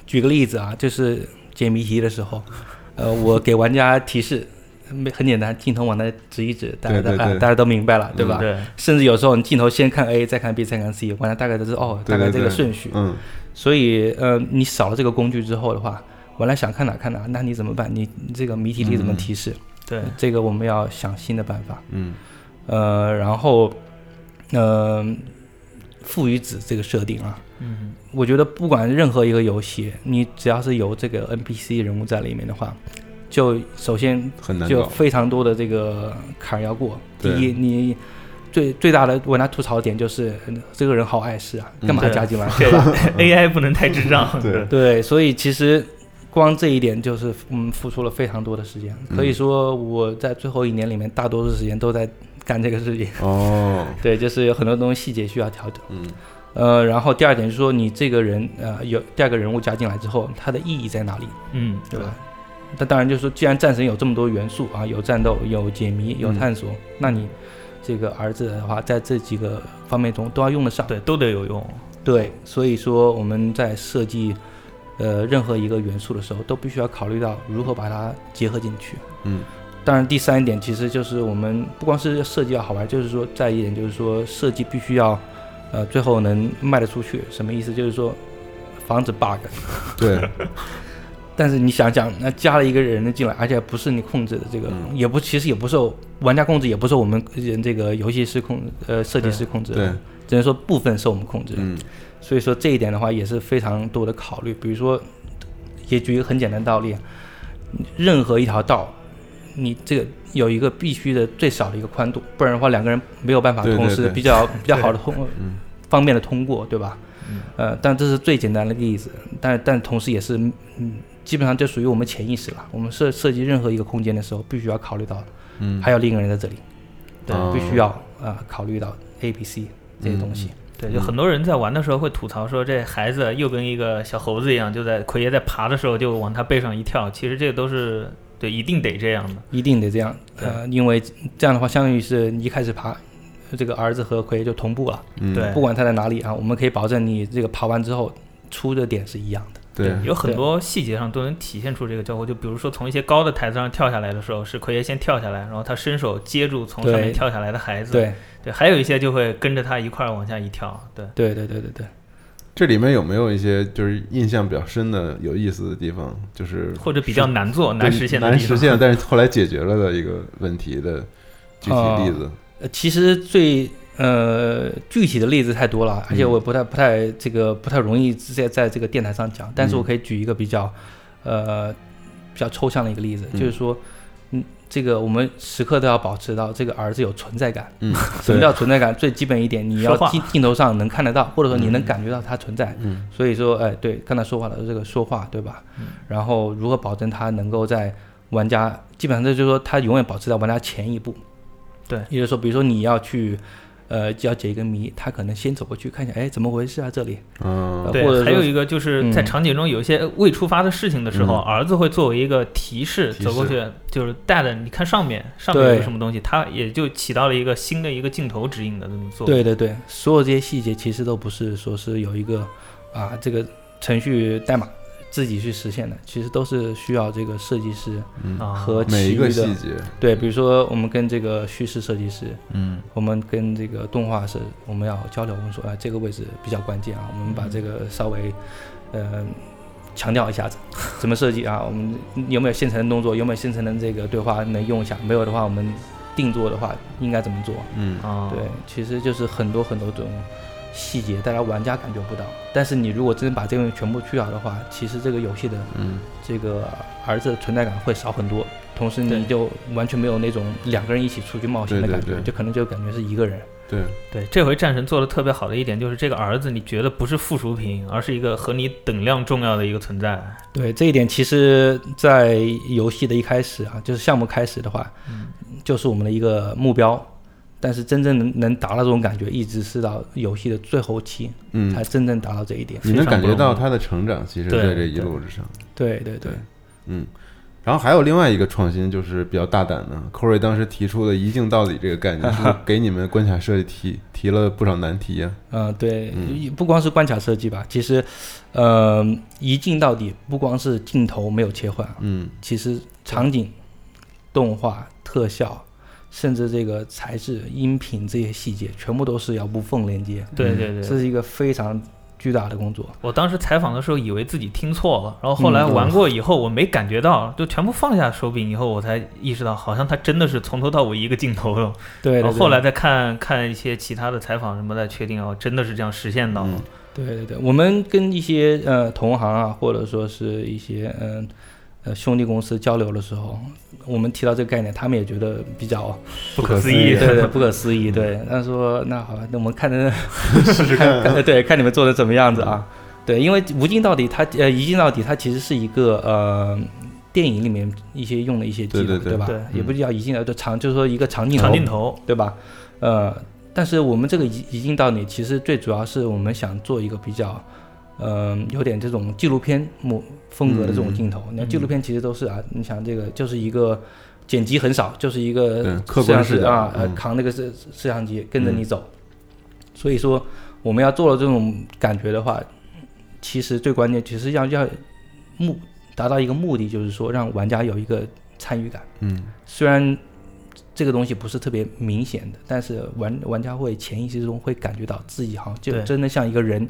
Speaker 3: 举个例子啊，就是解谜题的时候，呃，我给玩家提示，没很简单，镜头往那指一指，大家
Speaker 1: 对对
Speaker 3: 大
Speaker 1: 对嗯
Speaker 3: 大家都明白了，对
Speaker 2: 哼，
Speaker 3: 吧？
Speaker 2: 对，
Speaker 3: 甚至有时候你镜头先看 A，再看 B，再看 C，玩家大概都知道哦，
Speaker 1: 对
Speaker 3: 大概这
Speaker 1: 对
Speaker 3: 个
Speaker 1: 对
Speaker 3: 顺序。
Speaker 1: 嗯，
Speaker 3: 所以呃，你少了这个工具之后的话，玩家想看哪看哪，那你怎么办？你你这个谜题里怎么提示？
Speaker 2: 对，
Speaker 3: 这个我们要想新的办法。
Speaker 1: 嗯
Speaker 3: 呃，然后，呃，父与子这个设定啊，
Speaker 2: 嗯，
Speaker 3: 我觉得不管任何一个游戏，你只要是有这个 NPC 人物在里面的话，就首先
Speaker 1: 很难
Speaker 3: 就
Speaker 1: 搞。
Speaker 3: 非常多的这个坎儿要过。第
Speaker 1: 对
Speaker 3: 一，你最最大的玩家吐槽点就是嗯这个人好碍事啊，
Speaker 1: 嗯
Speaker 3: 干嘛
Speaker 2: 对
Speaker 3: 加进来？
Speaker 2: 这 AI 不能太智障。
Speaker 1: 对
Speaker 3: 对，所以其实光这一点就是嗯付出了非常多的时间，可以说我在最后一年里面大多数时间都在干这个事情。
Speaker 1: 哦，
Speaker 3: 对，就是有很多东西细节需要调整。
Speaker 1: 嗯
Speaker 3: 呃，然后第二点是说，你这个人呃有第二个人物加进来之后，它的意义在哪里，
Speaker 2: 嗯，
Speaker 3: 对吧？那当然就是说，既然战神有这么多元素啊，有战斗，有解谜，有
Speaker 1: 嗯
Speaker 3: 探索，那你这个儿子的话，在这几个方面中都要用得上。
Speaker 2: 对，都得有用。
Speaker 3: 对，所以说我们在设计呃任何一个元素的时候，都必须要考虑到如何把它结合进去。
Speaker 1: 嗯，
Speaker 3: 当然第三点其实就是我们不光是设计要好玩，就是说再一点就是说设计必须要呃最后能卖得出去，什么意思？就是说防止 bug。
Speaker 1: 对，
Speaker 3: 但是你想想，那加了一个人进来，而且不是你控制的这个，
Speaker 1: 嗯
Speaker 3: 也不其实也不受玩家控制，也不受我们人这个游戏师控呃设计师控制，
Speaker 1: 对，
Speaker 3: 只能说部分受我们控制。
Speaker 1: 嗯
Speaker 3: 所以说这一点的话也是非常多的考虑。比如说，也举一个很简单的道理，任何一条道，你这个有一个必须的最少的一个宽度，不然的话两个人没有办法
Speaker 1: 对对
Speaker 3: 同时
Speaker 1: 对
Speaker 3: 比较比较好 的通
Speaker 1: 嗯，
Speaker 3: 方便的通过，对吧？
Speaker 2: 嗯
Speaker 3: 呃，但这是最简单的例子，但但同时也是嗯，基本上就属于我们潜意识了。我们设设计任何一个空间的时候，必须要考虑到
Speaker 1: 嗯，
Speaker 3: 还有另一个人在这里，对，
Speaker 1: 哦
Speaker 3: 必须要啊、呃考虑到 A、B、C 这些东西。
Speaker 2: 对，就很多人在玩的时候会吐槽说，这孩子又跟一个小猴子一样，就在奎爷在爬的时候就往他背上一跳。其实这都是对，一定得这样的。
Speaker 3: 一定得这样，
Speaker 2: 对
Speaker 3: 呃，因为这样的话，相当于是你一开始爬，这个儿子和奎就同步了，
Speaker 1: 嗯
Speaker 2: 对
Speaker 3: 不管他在哪里啊，我们可以保证你这个爬完之后出的点是一样的。
Speaker 1: 对，
Speaker 2: 嗯有很多细节上都能体现出这个交互。就比如说从一些高的台子上跳下来的时候，是奎爷先跳下来，然后他伸手接住从上面
Speaker 3: 对
Speaker 2: 跳下来的孩子。
Speaker 3: 对，
Speaker 2: 对还有一些就会跟着他一块儿往下一跳。对，
Speaker 3: 对，对，对，对，对。
Speaker 1: 这里面有没有一些就是印象比较深的、有意思的地方？就是
Speaker 2: 或者比较难做、
Speaker 1: 对
Speaker 2: 难实现的
Speaker 1: 难
Speaker 2: 地方
Speaker 1: 实现，但是后来解决了的一个问题的具体例
Speaker 2: 哦
Speaker 1: 子。
Speaker 3: 呃，其实最呃具体的例子太多了，而且
Speaker 1: 嗯
Speaker 3: 我不太不太这个不太容易在在这个电台上讲，但是我可以举一个比较呃比较抽象的一个例子，
Speaker 1: 嗯
Speaker 3: 就是说，嗯，这个我们时刻都要保持到这个儿子有存在感。
Speaker 1: 嗯，
Speaker 3: 什么叫存在感？最基本一点，你要
Speaker 2: 说话
Speaker 3: 镜镜头上能看得到，或者说你能
Speaker 2: 嗯
Speaker 3: 感觉到他存在。
Speaker 1: 嗯
Speaker 3: 所以说，哎，对，刚才说话的这个说话，对吧？
Speaker 2: 嗯
Speaker 3: 然后如何保证他能够在玩家，基本上就是说他永远保持在玩家前一步。
Speaker 2: 对
Speaker 3: 也就是说，比如说你要去，呃，要解一个谜，他可能先走过去看一下，哎，怎么回事啊？这里，
Speaker 1: 嗯
Speaker 3: 或者
Speaker 2: 对，
Speaker 3: 说
Speaker 2: 还有一个就是在
Speaker 3: 嗯
Speaker 2: 场景中有一些未触发的事情的时候，
Speaker 1: 嗯
Speaker 2: 儿子会作为一个提示
Speaker 1: 提示
Speaker 2: 走过去，就是带着你看上面，上面有
Speaker 3: 对
Speaker 2: 个什么东西，它也就起到了一个新的一个镜头指引的这么作用。
Speaker 3: 对对对，所有这些细节其实都不是说是有一个啊这个程序代码自己去实现的，其实都是需要这个设计师
Speaker 1: 嗯，
Speaker 2: 啊，
Speaker 3: 和
Speaker 1: 每
Speaker 3: 其
Speaker 1: 一
Speaker 3: 余
Speaker 1: 个细
Speaker 3: 的。
Speaker 1: 节，
Speaker 3: 对，比如说我们跟这个叙事设计师，
Speaker 4: 嗯
Speaker 3: 我们跟这个动画师我们要交流，我们说，哎，这个位置比较关键啊，我们把这个稍微，呃，强调一下子，怎么设计啊？我们有没有现成的动作？有没有现成的这个对话能用一下？没有的话，我们定做的话应该怎么做？
Speaker 1: 嗯
Speaker 2: 啊，
Speaker 3: 对，其实就是很多很多种细节，大家玩家感觉不到。但是你如果真的把这个东西全部去掉的话，其实这个游戏的
Speaker 1: 嗯
Speaker 3: 这个儿子的存在感会少很多，同时
Speaker 2: 对
Speaker 3: 你就完全没有那种两个人一起出去冒险的
Speaker 1: 对对
Speaker 3: 感觉，
Speaker 1: 对
Speaker 3: 就可能就感觉是一个人。
Speaker 1: 对，
Speaker 2: 对，这回战神做的特别好的一点就是这个儿子，你觉得不是附属品，而是一个和你等量重要的一个存在。
Speaker 3: 对这一点，其实，在游戏的一开始啊，就是项目开始的话，
Speaker 2: 嗯
Speaker 3: 就是我们的一个目标。但是真正能能达到这种感觉，一直是到游戏的最后期
Speaker 1: 嗯
Speaker 3: 才，真正达到这一点。
Speaker 1: 你能感觉到他的成长，其实
Speaker 2: 对
Speaker 1: 在这一路之上。
Speaker 3: 对对对
Speaker 1: 对，嗯，然后还有另外一个创新，就是比较大胆的。c o r y 当时提出的“一镜到底”这个概念，是不是给你们关卡设计提提了不少难题呀、
Speaker 3: 嗯、对，
Speaker 1: 嗯
Speaker 3: 不光是关卡设计吧，其实，呃，一镜到底不光是镜头没有切换，
Speaker 1: 嗯
Speaker 3: 其实场景、动画、特效，甚至这个材质、音频这些细节，全部都是要无缝连接，
Speaker 2: 对对对，
Speaker 3: 这是一个非常巨大的工作。
Speaker 2: 我当时采访的时候以为自己听错了，然后后来
Speaker 3: 嗯
Speaker 2: 玩过以后我没感觉到，就全部放下手柄以后，我才意识到好像它真的是从头到尾一个镜头了。
Speaker 3: 对对
Speaker 2: 然
Speaker 3: 对
Speaker 2: 后后来再看看一些其他的采访什么的，确定哦，真的是这样实现的。
Speaker 1: 嗯
Speaker 3: 对对对，我们跟一些呃同行啊，或者说是一些嗯呃兄弟公司交流的时候，我们提到这个概念，他们也觉得比较
Speaker 2: 不
Speaker 1: 可
Speaker 2: 可
Speaker 1: 思
Speaker 2: 思
Speaker 1: 议
Speaker 2: 议。
Speaker 3: 对 对不可思议。对，他说那好吧，那我们看 着
Speaker 1: 试试看啊。嗯
Speaker 3: 对看你们做的怎么样子啊？对，因为无尽到底它呃一镜到底它其实是一个呃。电影里面一些用的一些技能，
Speaker 1: 对对对嗯
Speaker 3: 吧？
Speaker 2: 对
Speaker 3: 也不叫一镜到底，就长就是说一个长镜头，
Speaker 2: 长镜头，
Speaker 3: 对吧？呃，但是我们这个一一镜到底，其实最主要是我们想做一个比较，呃，有点这种纪录片模风格的
Speaker 1: 嗯
Speaker 3: 这种镜头。你看纪录片其实都是啊，你想这个就是一个剪辑很少，就是一
Speaker 1: 对
Speaker 2: 呃
Speaker 3: 个
Speaker 1: 嗯客
Speaker 3: 摄
Speaker 1: 观
Speaker 3: 像
Speaker 1: 视
Speaker 3: 师
Speaker 1: 角
Speaker 3: 啊，呃
Speaker 1: 嗯，
Speaker 3: 扛那个摄摄像机跟着你走。所以说，我们要做到这种感觉的话，其实最关键其实要要目达到一个目的，就是说让玩家有一个参与感。
Speaker 1: 嗯，
Speaker 3: 虽然这个东西不是特别明显的，但是玩玩家会潜意识中会感觉到自己好像就
Speaker 2: 对
Speaker 3: 真的像一个人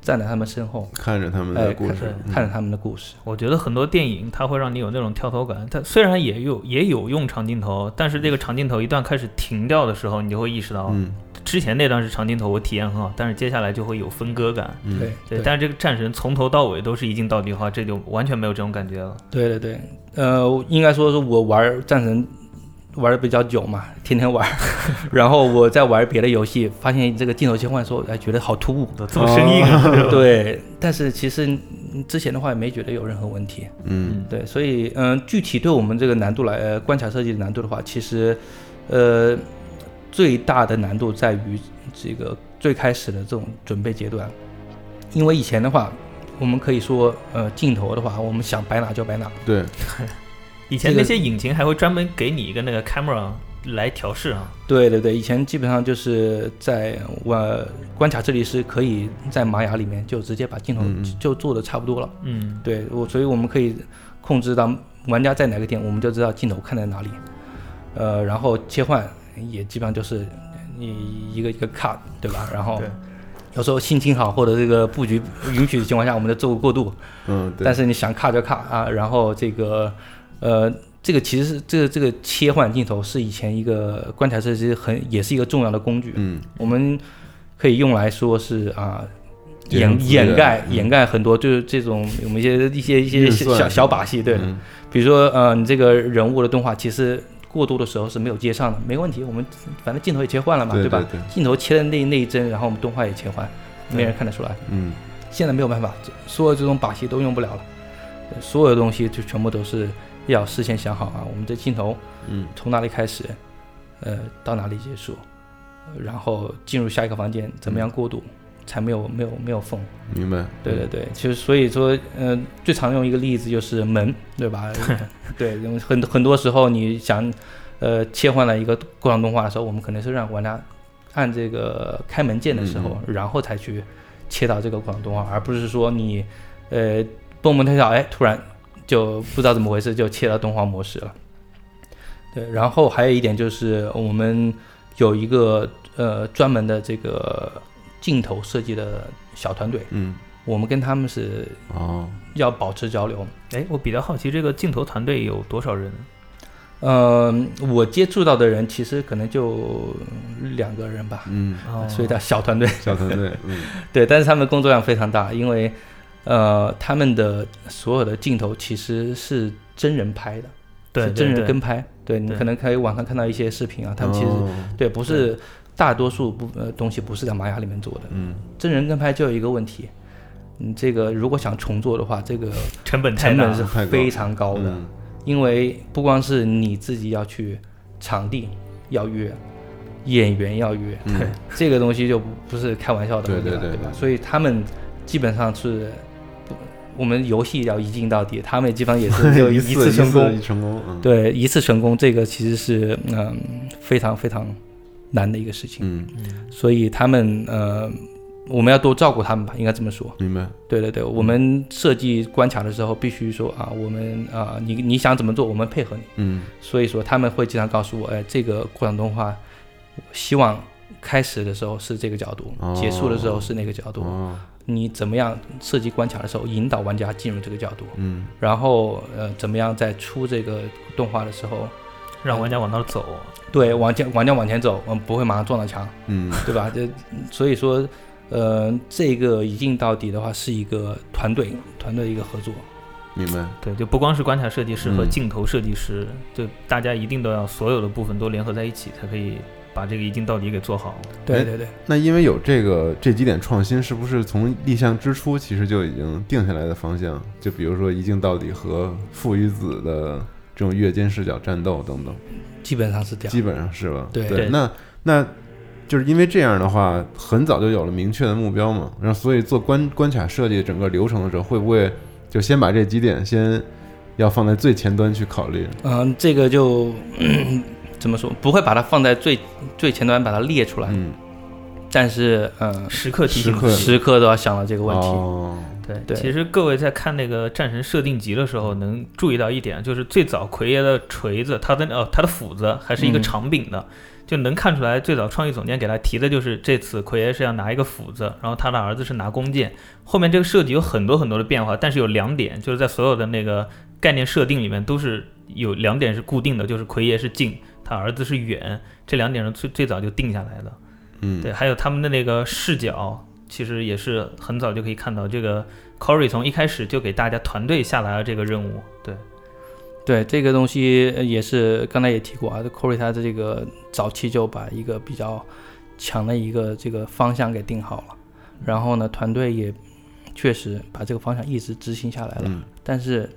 Speaker 3: 站在他们身后，
Speaker 1: 看着他们
Speaker 3: 哎
Speaker 1: 的，故
Speaker 3: 看
Speaker 1: 事，嗯
Speaker 3: 看着他们的故事。
Speaker 2: 我觉得很多电影它会让你有那种跳脱感。它虽然也有也有用长镜头，但是这个长镜头一旦开始停掉的时候，你就会意识到，
Speaker 3: 哦
Speaker 1: 嗯
Speaker 2: 之前那段是长镜头，我体验很好，但是接下来就会有分割感。
Speaker 1: 嗯，
Speaker 3: 对
Speaker 2: 对，但是这个战神从头到尾都是一镜到底的话，这就完全没有这种感觉了。
Speaker 3: 对对对，呃，应该说是我玩战神玩的比较久嘛，天天玩，然后我在玩别的游戏，发现这个镜头切换的时候，哎，觉得好突兀。
Speaker 2: 这么生硬啊！
Speaker 3: 哦对，但是其实嗯之前的话也没觉得有任何问题。
Speaker 1: 嗯
Speaker 3: 对，所以嗯、具体对我们这个难度来，呃，关卡设计的难度的话，其实，呃，最大的难度在于这个最开始的这种准备阶段，因为以前的话，我们可以说，呃，镜头的话，我们想摆哪就摆哪，
Speaker 1: 对，
Speaker 2: 以前
Speaker 3: 这个
Speaker 2: 那些引擎还会专门给你一个那个 camera 来调试啊。
Speaker 3: 对对对，以前基本上就是在呃我、关卡设计师可以在玛雅里面就直接把镜头
Speaker 1: 嗯嗯
Speaker 3: 就做的差不多了，
Speaker 2: 嗯，
Speaker 3: 对我，所以我们可以控制到玩家在哪个点，我们就知道镜头看在哪里。呃，然后切换也基本上就是一一个一个 cut，对吧？然后
Speaker 2: 对
Speaker 3: 有时候心情好或者这个布局允许的情况下，我们就做个过渡。
Speaker 1: 嗯，对，
Speaker 3: 但是你想卡就卡啊，然后这个呃，这个其实是这个这个切换镜头是以前一个观察设计很也是一个重要的工具，
Speaker 1: 嗯，
Speaker 3: 我们可以用来说是啊。
Speaker 1: 节省
Speaker 3: 掩
Speaker 1: 资源
Speaker 3: 掩盖
Speaker 1: 嗯
Speaker 3: 掩盖很多，就是这种我们一些一些一些
Speaker 1: 运
Speaker 3: 小
Speaker 1: 算
Speaker 3: 小小把戏，对，
Speaker 1: 嗯
Speaker 3: 比如说呃，你这个人物的动画其实过多的时候是没有接上的，没问题，我们反正镜头也切换了嘛，
Speaker 1: 对
Speaker 3: 吧？
Speaker 1: 对对
Speaker 3: 镜头切的那那一帧，然后我们动画也切换，没人看得出来。
Speaker 1: 嗯，
Speaker 3: 现在没有办法，这所有这种把戏都用不了了，对所有的东西就全部都是要事先想好啊，我们这镜头
Speaker 1: 嗯，
Speaker 3: 从哪里开始，呃，到哪里结束，然后进入下一个房间，怎么样过渡，才没有没有没有缝。
Speaker 1: 明白。
Speaker 3: 对对对，其实所以说，嗯、最常用一个例子就是门，对吧？ 对，因为很很多时候你想，呃，切换了一个过场动画的时候，我们可能是让玩家按这个开门键的时候，然后才去切到这个过场动画，而不是说你，呃，蹦蹦跳跳，哎，突然就不知道怎么回事就切到动画模式了。对，然后还有一点就是我们有一个呃专门的这个镜头设计的小团队。
Speaker 1: 嗯，
Speaker 3: 我们跟他们是
Speaker 1: 哦，
Speaker 3: 要保持交流。
Speaker 2: 哎，我比较好奇这个镜头团队有多少人？
Speaker 3: 嗯、我接触到的人其实可能就两个人吧，
Speaker 1: 嗯，
Speaker 2: 哦
Speaker 3: 所以叫小团队。
Speaker 1: 小团队，嗯，
Speaker 3: 对，但是他们工作量非常大，因为呃，他们的所有的镜头其实是真人拍的，
Speaker 2: 对
Speaker 3: 是真人跟
Speaker 2: 跟
Speaker 3: 拍。对你
Speaker 2: 对
Speaker 3: 可能可以网上看到一些视频啊，他们其实、
Speaker 1: 哦
Speaker 3: 对不是大多数不呃东西不是在玛雅里面做的，
Speaker 1: 嗯，
Speaker 3: 真人跟拍就有一个问题。你这个如果想重做的话，这个
Speaker 2: 成本太
Speaker 3: 成
Speaker 2: 大
Speaker 3: 本
Speaker 2: 了，
Speaker 3: 是
Speaker 1: 太高
Speaker 3: 非常高的。
Speaker 1: 嗯
Speaker 3: 因为不光是你自己要去场地要约，演员要约，
Speaker 1: 嗯
Speaker 2: 对
Speaker 3: 这个东西就不不是开玩笑的
Speaker 1: 对
Speaker 3: 问题了，
Speaker 1: 对对
Speaker 3: 吧？
Speaker 1: 对
Speaker 3: 所以他们基本上是不，我们游戏要一镜到底，他们基本上也 是就
Speaker 1: 一
Speaker 3: 次成
Speaker 1: 一
Speaker 3: 功，
Speaker 1: 成功，嗯，，
Speaker 3: 对，一次成功，这个其实是嗯非常非常难的一个事情，
Speaker 1: 嗯，
Speaker 3: 所以他们呃。我们要多照顾他们吧，应该这么说。
Speaker 1: 明白，
Speaker 3: 对对对，我们
Speaker 1: 嗯
Speaker 3: 设计关卡的时候必须说啊，我们啊，你你想怎么做，我们配合你。
Speaker 1: 嗯，
Speaker 3: 所以说他们会经常告诉我，哎，这个过场动画，我希望开始的时候是这个角度，
Speaker 1: 哦
Speaker 3: 结束的时候是那个角度。
Speaker 1: 哦，
Speaker 3: 你怎么样设计关卡的时候引导玩家进入这个角度，
Speaker 1: 嗯，
Speaker 3: 然后呃，怎么样在出这个动画的时候，
Speaker 2: 让
Speaker 3: 哎
Speaker 2: 玩家往那儿走。
Speaker 3: 对往前玩家往前走，嗯，不会马上撞到墙，
Speaker 1: 嗯，
Speaker 3: 对吧？ 这所以说，呃，这个一镜到底的话是一个团队团队一个合作，
Speaker 1: 明白，
Speaker 2: 对，就不光是关卡设计师和
Speaker 1: 嗯
Speaker 2: 镜头设计师，就大家一定都要所有的部分都联合在一起，才可以把这个一镜到底给做好。
Speaker 1: 哎
Speaker 3: 对对对。
Speaker 1: 那因为有这个这几点创新，是不是从立项之初其实就已经定下来的方向？就比如说一镜到底和父与子的这种越间视角战斗等等，
Speaker 3: 基本上是这样
Speaker 1: 基，本上是吧？
Speaker 3: 对
Speaker 2: 对
Speaker 1: 那那就是因为这样的话，很早就有了明确的目标嘛，然后所以做关关卡设计整个流程的时候，会不会就先把这几点先要放在最前端去考虑？
Speaker 3: 嗯，这个就 怎么说，不会把它放在最最前端把它列出来，
Speaker 1: 嗯，
Speaker 3: 但是嗯，
Speaker 2: 时刻提醒
Speaker 1: 时刻
Speaker 2: 自己
Speaker 3: 时刻都要想到这个问题。
Speaker 1: 哦，
Speaker 2: 对，
Speaker 3: 对
Speaker 2: 其实各位在看那个战神设定集的时候，能注意到一点，就是最早奎爷的锤子，他的哦，他的斧子还是一个
Speaker 3: 嗯
Speaker 2: 长柄的，就能看出来，最早创意总监给他提的就是这次奎爷是要拿一个斧子，然后他的儿子是拿弓箭。后面这个设计有很多很多的变化，但是有两点，就是在所有的那个概念设定里面都是有两点是固定的，就是奎爷是近，他儿子是远，这两点是最最早就定下来的。
Speaker 1: 嗯，
Speaker 2: 对，还有他们的那个视角，其实也是很早就可以看到，这个 Corey 从一开始就给大家团队下达了这个任务。对，
Speaker 3: 对这个东西呃也是刚才也提过啊，Corey 他的这个早期就把一个比较强的一个这个方向给定好了，然后呢，团队也确实把这个方向一直执行下来了，
Speaker 1: 嗯，
Speaker 3: 但是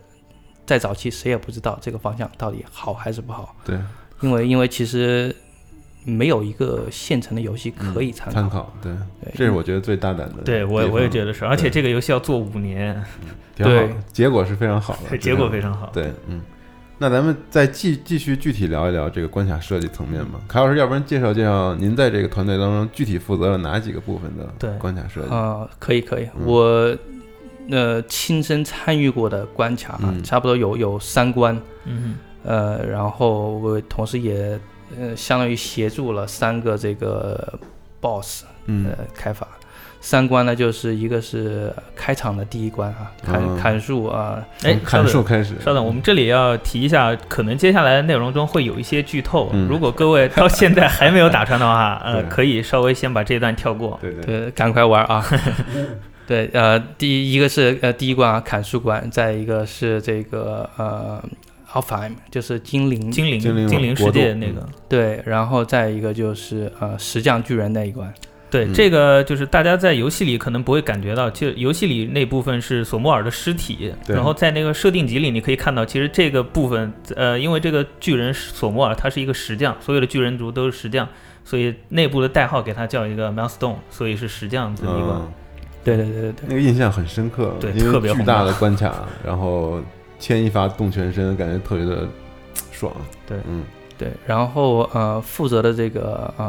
Speaker 3: 在早期谁也不知道这个方向到底好还是不好。
Speaker 1: 对，
Speaker 3: 因为因为其实没有一个现成的游戏可以参考，
Speaker 1: 参考，对，
Speaker 3: 对
Speaker 1: 这是我觉得最大胆的地方。
Speaker 2: 对我我也觉得是，而且
Speaker 1: 对
Speaker 2: 这个游戏要做五年，
Speaker 1: 挺好
Speaker 3: 对，
Speaker 1: 结果是非常好的，
Speaker 2: 结果
Speaker 1: 非
Speaker 2: 非常好。
Speaker 1: 对，嗯。那咱们再继继续具体聊一聊这个关卡设计层面吧。凯老师，要不然介绍介绍您在这个团队当中具体负责了哪几个部分
Speaker 2: 对
Speaker 1: 的关卡设计？
Speaker 3: 啊，可以可以，
Speaker 1: 嗯
Speaker 3: 我呃亲身参与过的关卡啊、
Speaker 1: 嗯
Speaker 3: 差不多有有三关，
Speaker 2: 嗯
Speaker 3: 呃，然后我同时也呃相当于协助了三个这个 boss
Speaker 1: 嗯
Speaker 3: 呃开发，三关呢，就是一个是开场的第一关啊，砍、
Speaker 1: 嗯
Speaker 3: 砍树啊，
Speaker 1: 从，
Speaker 2: 哎稍
Speaker 1: 砍
Speaker 2: 等
Speaker 1: 树开始，
Speaker 2: 稍等，我们这里要提一下，可能接下来的内容中会有一些剧透，
Speaker 1: 嗯
Speaker 2: 如果各位到现在还没有打穿的话，呃，
Speaker 1: 对
Speaker 2: 可以稍微先把这一段跳过。
Speaker 1: 对对，
Speaker 3: 对，赶快玩啊！对，呃，第一个是呃第一关啊，砍树关，再一个是这个呃 a l f h e i m 就是精灵，
Speaker 2: 精灵
Speaker 1: 精灵
Speaker 2: 精灵世
Speaker 1: 国度嗯
Speaker 2: 界那个，
Speaker 3: 对，然后再一个就是呃石匠巨人那一关，
Speaker 2: 对，
Speaker 1: 嗯
Speaker 2: 这个就是大家在游戏里可能不会感觉到，就游戏里那部分是索莫尔的尸体，
Speaker 1: 对
Speaker 2: 然后在那个设定集里你可以看到，其实这个部分，呃，因为这个巨人索莫尔他是一个石匠，所有的巨人族都是石匠，所以内部的代号给他叫一个 milestone，所以是石匠这么一个。
Speaker 1: 嗯，
Speaker 3: 对对对对对，
Speaker 1: 那个印象很深刻，
Speaker 2: 对
Speaker 1: 因为
Speaker 2: 特别
Speaker 1: 巨
Speaker 2: 宏
Speaker 1: 大
Speaker 2: 大
Speaker 1: 的关卡，然后牵一发动全身，感觉特别的爽，
Speaker 2: 对
Speaker 1: 嗯，
Speaker 3: 对，然后呃，负责的这个呃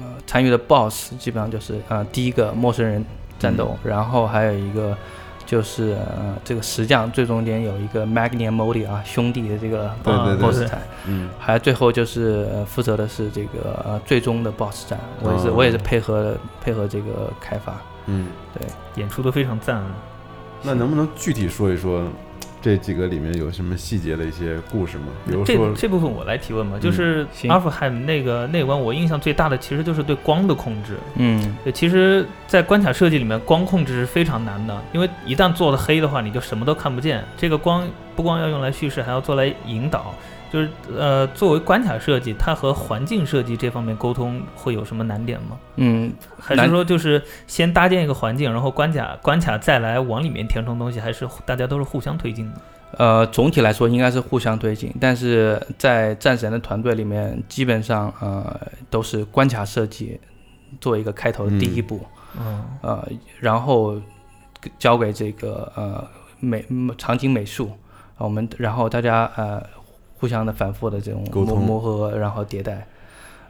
Speaker 3: 呃参与的 BOSS 基本上就是呃第一个陌生人战斗，然后还有一个就是呃这个石匠最中间有一个 Magnium Modi 啊兄弟的这个
Speaker 1: 对对
Speaker 3: 呃
Speaker 1: 对
Speaker 3: BOSS
Speaker 2: 对
Speaker 3: 战，
Speaker 1: 嗯，
Speaker 3: 还最后就是呃负责的是这个呃最终的 BOSS 战，我也是、
Speaker 1: 哦
Speaker 3: 我也是配合配合这个开发，
Speaker 1: 嗯，
Speaker 2: 演出都非常赞啊。
Speaker 1: 那能不能具体说一说这几个里面有什么细节的一些故事吗？比如
Speaker 2: 这
Speaker 1: 说，嗯
Speaker 2: 这部分我来提问吧，就是
Speaker 3: 行
Speaker 2: 阿富汗那个那关，我印象最大的其实就是对光的控制。
Speaker 3: 嗯，
Speaker 2: 对，其实，在关卡设计里面，光控制是非常难的，因为一旦做了黑的话，你就什么都看不见。这个光不光要用来叙事，还要做来引导。就是呃，作为关卡设计，它和环境设计这方面沟通会有什么难点吗？
Speaker 3: 嗯，
Speaker 2: 还
Speaker 3: 难
Speaker 2: 是说就是先搭建一个环境，然后关卡关卡再来往里面填充东西，还是大家都是互相推进的？
Speaker 3: 呃，总体来说应该是互相推进，但是在战神的团队里面，基本上呃都是关卡设计做一个开头的第一步，
Speaker 2: 嗯，
Speaker 3: 呃，然后交给这个呃美嗯场景美术，我们然后大家呃互相的反复的这种
Speaker 1: 沟
Speaker 3: 磨
Speaker 1: 通
Speaker 3: 磨合，然后迭代。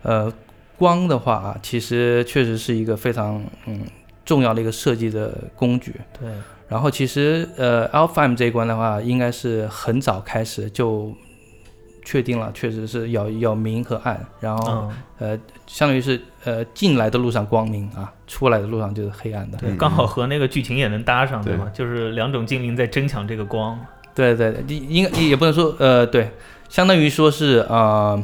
Speaker 3: 呃，光的话啊，其实确实是一个非常嗯重要的一个设计的工具，
Speaker 2: 嗯对。
Speaker 3: 然后其实呃 a l p h a m 这一关的话，应该是很早开始就确定了，确实是有有明和暗，然后、
Speaker 2: 嗯，
Speaker 3: 呃，相当于是呃进来的路上光明啊，出来的路上就是黑暗的。
Speaker 2: 对，
Speaker 1: 嗯
Speaker 2: 刚好和那个剧情也能搭上，
Speaker 1: 对
Speaker 2: 对吗？就是两种精灵在争抢这个光。
Speaker 3: 对对，对你应该也不能说呃对，相当于说是呃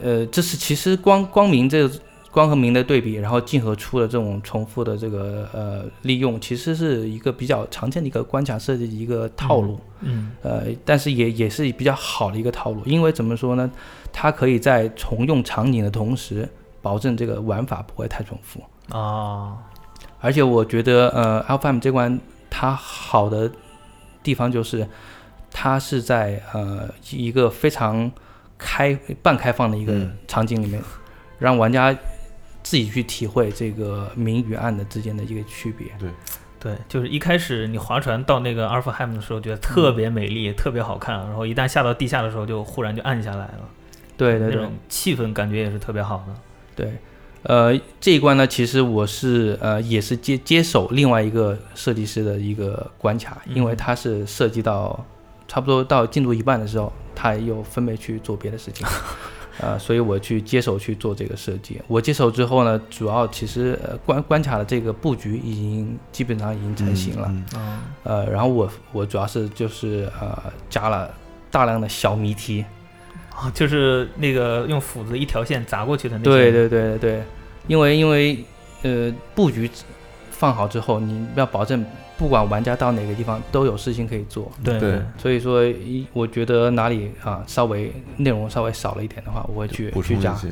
Speaker 3: 呃，这是其实光光明这个光和明的对比，然后进和出的这种重复的这个呃利用，其实是一个比较常见的一个关卡设计的一个套路。
Speaker 2: 嗯，
Speaker 3: 呃，但是也也是比较好的一个套路，因为怎么说呢，它可以在重用场景的同时，保证这个玩法不会太重复。
Speaker 2: 哦，
Speaker 3: 而且我觉得，呃，Alpha M 这关它好的地方就是，它是在呃一个非常开半开放的一个
Speaker 1: 嗯
Speaker 3: 场景里面，让玩家自己去体会这个明与暗的之间的一个区别。
Speaker 2: 对，就是一开始你划船到那个阿尔法海姆的时候，觉得
Speaker 3: 嗯
Speaker 2: 特别美丽，特别好看，然后一旦下到地下的时候，就忽然就暗下来了，
Speaker 3: 对对
Speaker 2: 那
Speaker 3: 对
Speaker 2: 种，气氛感觉也是特别好的。
Speaker 3: 对，呃，这一关呢，其实我是呃也是接接手另外一个设计师的一个关卡，因为
Speaker 2: 嗯
Speaker 3: 他是涉及到差不多到进度一半的时候，他又分别去做别的事情。 呃，所以我去接手去做这个设计。我接手之后呢，主要其实呃关关卡的这个布局已经基本上已经成型了。
Speaker 1: 嗯，
Speaker 2: 嗯，
Speaker 3: 呃，然后我我主要是就是呃加了大量的小谜题，
Speaker 2: 哦，就是那个用斧子一条线砸过去的那些。
Speaker 3: 对对对对对，因为因为呃布局放好之后，你要保证不管玩家到哪个地方都有事情可以做，
Speaker 2: 对
Speaker 1: 对
Speaker 3: 所以说一我觉得哪里啊稍微内容稍微少了一点的话，我会去
Speaker 1: 补充
Speaker 3: 去
Speaker 1: 一
Speaker 3: 加。
Speaker 1: 些，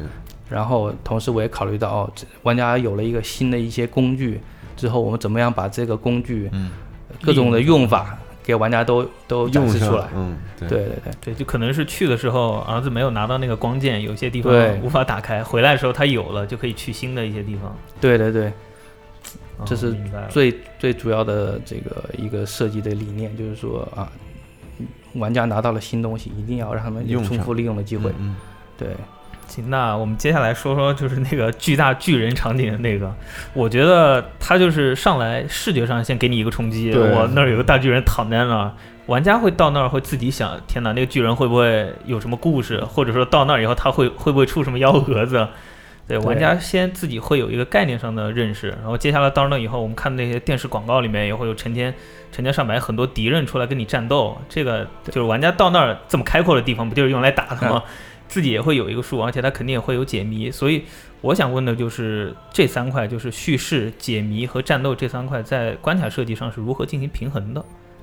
Speaker 3: 然后同时我也考虑到哦，这玩家有了一个新的一些工具之后，我们怎么样把这个工具
Speaker 1: 嗯，
Speaker 3: 各种的用法给玩家都都展
Speaker 1: 用
Speaker 3: 示
Speaker 1: 上
Speaker 3: 出来。
Speaker 1: 嗯，
Speaker 3: 对
Speaker 1: 对，
Speaker 3: 对对。
Speaker 2: 对就可能是去的时候儿子没有拿到那个光剑，有些地方
Speaker 3: 对
Speaker 2: 无法打开，回来的时候他有了，就可以去新的一些地方。
Speaker 3: 对对对，
Speaker 2: 哦
Speaker 3: 这是
Speaker 2: 明白
Speaker 1: 嗯
Speaker 2: 了
Speaker 3: 最最主要的这个一个设计的理念就是说啊，玩家拿到了新东西，一定要让他们有
Speaker 1: 用上
Speaker 3: 重复利用的机会。
Speaker 1: 嗯，
Speaker 3: 对，
Speaker 2: 行，那我们接下来说说就是那个巨大巨人场景的那个，我觉得他就是上来视觉上先给你一个冲击，
Speaker 1: 对
Speaker 2: 我那儿有个大巨人躺在那儿，玩家会到那儿会自己想，天哪，那个巨人会不会有什么故事，或者说到那儿以后他会会不会出什么幺蛾子？对，
Speaker 3: 对
Speaker 2: 玩家先自己会有一个概念上的认识，然后接下来到那以后，我们看那些电视广告里面也会有成千成千上百很多敌人出来跟你战斗，这个就是玩家到那儿这么开阔的地方，不就是用来打的
Speaker 3: 嗯
Speaker 2: 吗？自己也会有一个数，而且它肯定也会有解谜，所以我想问的就是这三块，就是叙事、解谜和战斗这三块，在关卡设计上是如何进行平衡的？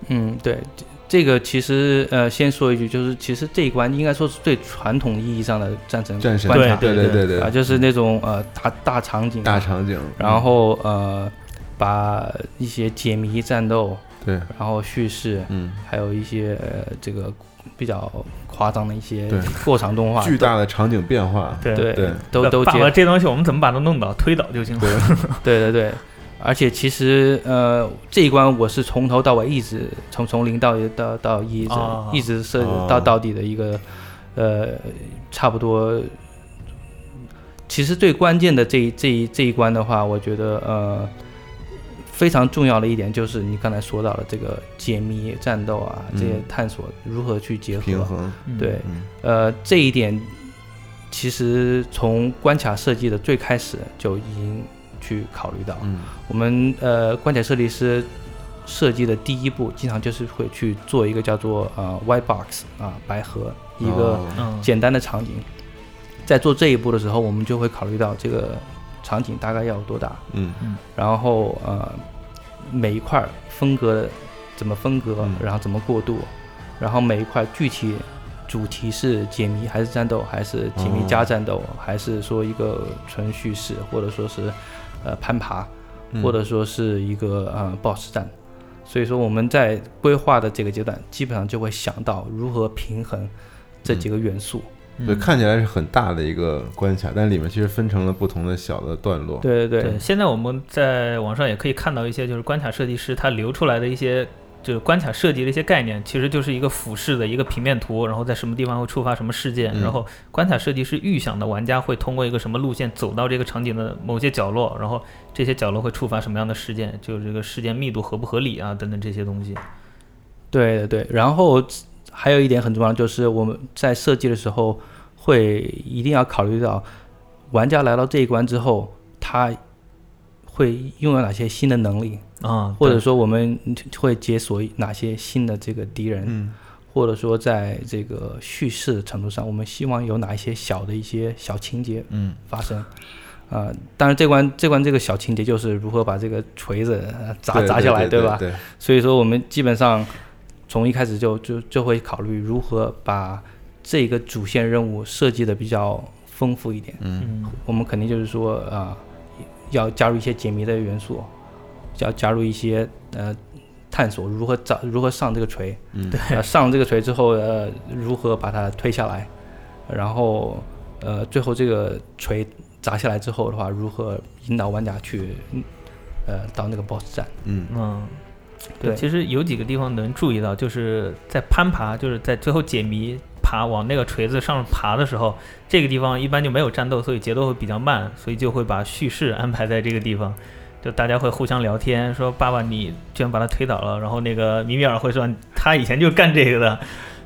Speaker 3: 嗯，对，这这个其实呃，先说一句，就是其实这一关应该说是最传统意义上的战神
Speaker 1: 战神
Speaker 3: 关卡，
Speaker 1: 对对对对
Speaker 3: 啊，就是那种呃大大场景，
Speaker 1: 大场景，嗯
Speaker 3: 然后呃把一些解谜战斗，
Speaker 1: 对，
Speaker 3: 然后叙事，
Speaker 1: 嗯，
Speaker 3: 还有一些呃这个比较夸张的一些
Speaker 1: 对
Speaker 3: 过场动画，
Speaker 1: 巨大的场景变化，
Speaker 2: 对
Speaker 3: 对
Speaker 1: 对
Speaker 3: 都都
Speaker 2: 爸
Speaker 3: 结
Speaker 2: 爸这东西我们怎么把它弄倒、推倒就行了。
Speaker 3: 对对对，而且其实呃这一关我是从头到尾一直从从零到到到一直、
Speaker 1: 啊
Speaker 2: 哦
Speaker 3: 一直设
Speaker 1: 哦
Speaker 3: 到到底的一个呃差不多。其实最关键的这一这一这一关的话，我觉得呃非常重要的一点就是你刚才说到了这个解谜战斗啊，这些
Speaker 1: 嗯
Speaker 3: 探索如何去结合
Speaker 1: 平衡，
Speaker 2: 嗯
Speaker 3: 对，
Speaker 1: 嗯
Speaker 3: 呃，这一点其实从关卡设计的最开始就已经去考虑到。
Speaker 1: 嗯
Speaker 3: 我们呃关卡设计师设计的第一步，经常就是会去做一个叫做呃 white box 啊、白盒一个
Speaker 1: 哦
Speaker 2: 嗯，
Speaker 3: 简单的场景。在做这一步的时候，我们就会考虑到这个场景大概要有多大，
Speaker 1: 嗯
Speaker 3: 然后呃每一块风格怎么分割，
Speaker 1: 嗯
Speaker 3: 然后怎么过渡，然后每一块具体主题是解谜还是战斗，还是解谜加战斗，还是说一个纯叙事，或者说是呃攀爬，
Speaker 1: 嗯
Speaker 3: 或者说是一个呃 BOSS 战。所以说我们在规划的这个阶段，基本上就会想到如何平衡这几个元素。
Speaker 2: 嗯
Speaker 1: 对，看起来是很大的一个关卡，但里面其实分成了不同的小的段落，
Speaker 3: 对对
Speaker 2: 对，现在我们在网上也可以看到一些，就是关卡设计师他留出来的一些，就是关卡设计的一些概念，其实就是一个俯视的一个平面图，然后在什么地方会触发什么事件，
Speaker 1: 嗯
Speaker 2: 然后关卡设计师预想的玩家会通过一个什么路线走到这个场景的某些角落，然后这些角落会触发什么样的事件，就是这个事件密度合不合理啊等等这些东西。
Speaker 3: 对对对，然后还有一点很重要，就是我们在设计的时候会一定要考虑到玩家来到这一关之后，他会拥有哪些新的能力，
Speaker 2: 啊，
Speaker 3: 或者
Speaker 2: 对
Speaker 3: 说我们会解锁哪些新的这个敌人，
Speaker 1: 嗯
Speaker 3: 或者说在这个叙事程度上，我们希望有哪一些小的一些小情节
Speaker 1: 嗯
Speaker 3: 发生。啊、当然这关这关这个小情节就是如何把这个锤子呃砸
Speaker 1: 对
Speaker 3: 砸
Speaker 1: 对
Speaker 3: 下来，
Speaker 1: 对
Speaker 3: 吧？
Speaker 1: 对，嗯
Speaker 3: 所以说我们基本上从一开始就就就会考虑如何把这个主线任务设计的比较丰富一点。
Speaker 1: 嗯
Speaker 2: 嗯
Speaker 3: 我们肯定就是说啊、要加入一些解谜的元素，要加入一些呃探索如何找如何上这个锤，
Speaker 1: 嗯，
Speaker 3: 呃、上了这个锤之后呃如何把它推下来，然后呃最后这个锤砸下来之后的话，如何引导玩家去呃到那个 BOSS 战。
Speaker 1: 嗯
Speaker 2: 嗯，对，
Speaker 3: 对
Speaker 2: 其实有几个地方能注意到，就是在攀爬，就是在最后解谜爬往那个锤子上爬的时候，这个地方一般就没有战斗，所以节奏会比较慢，所以就会把叙事安排在这个地方。就大家会互相聊天，说爸爸你居然把他推倒了，然后那个米米尔会说他以前就干这个的，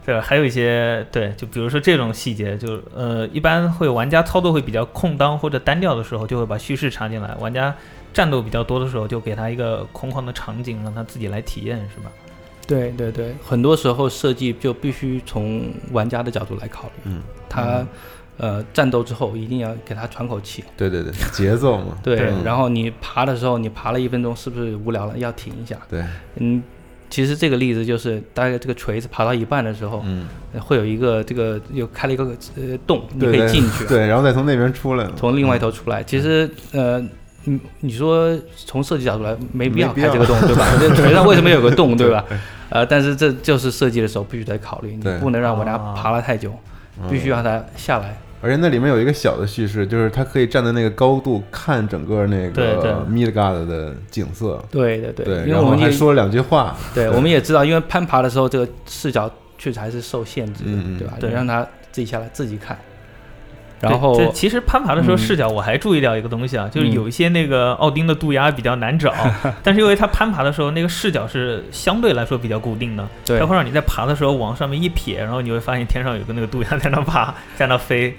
Speaker 2: 对吧？还有一些对，就比如说这种细节，就呃一般会玩家操作会比较空当或者单调的时候，就会把叙事插进来，玩家战斗比较多的时候，就给他一个空旷的场景，让他自己来体验，是吧？
Speaker 3: 对对对，很多时候设计就必须从玩家的角度来考虑，
Speaker 1: 嗯，
Speaker 3: 他、呃战斗之后一定要给他喘口气，
Speaker 1: 对对对，节奏嘛，
Speaker 3: 对，
Speaker 2: 对
Speaker 3: 然后你爬的时候，你爬了一分钟是不是无聊了，要停一下，
Speaker 1: 对，
Speaker 3: 嗯。其实这个例子就是，大概这个锤子爬到一半的时候，
Speaker 1: 嗯，
Speaker 3: 会有一个这个又开了一个呃洞，你
Speaker 1: 对
Speaker 3: 可以
Speaker 1: 对
Speaker 3: 进去，啊
Speaker 1: 对，然后再从那边出来嘛，
Speaker 3: 从另外一
Speaker 1: 嗯
Speaker 3: 头出来。其实呃，你你说从设计角度来，没必要
Speaker 1: 没必
Speaker 3: 开这个
Speaker 1: 要
Speaker 3: 洞，对吧？这锤上为什么有个 洞，对吧？呃，但是这就是设计的时候必须得考虑，你
Speaker 1: 对
Speaker 3: 不能让玩家
Speaker 2: 啊
Speaker 3: 爬了太久，
Speaker 1: 嗯
Speaker 3: 必须让他下来。
Speaker 1: 而且那里面有一个小的叙事，就是他可以站在那个高度看整个那
Speaker 2: 对对
Speaker 1: 个 Midgard 的景色，
Speaker 3: 对对对，
Speaker 1: 对，
Speaker 3: 因为
Speaker 1: 然
Speaker 3: 我
Speaker 1: 后
Speaker 3: 们
Speaker 1: 还
Speaker 3: 也
Speaker 1: 说了两句话，
Speaker 3: 对，我们也知道，因为攀爬的时候这个视角确实还是受限制的，
Speaker 1: 嗯嗯
Speaker 3: 对吧？
Speaker 2: 对
Speaker 3: 你让他自己下来自己看，
Speaker 2: 对
Speaker 3: 然后
Speaker 2: 这其实攀爬的时候
Speaker 3: 嗯
Speaker 2: 视角，我还注意到一个东西啊，就是
Speaker 3: 嗯
Speaker 2: 有一些那个奥丁的渡鸦比较难 找，但是因为它攀爬的时候那个视角是相对来说比较固定的，
Speaker 3: 对
Speaker 2: 它 会让你在爬的时候往上面一撇，然后你会发现天上有个那个渡鸦在那爬，在那飞。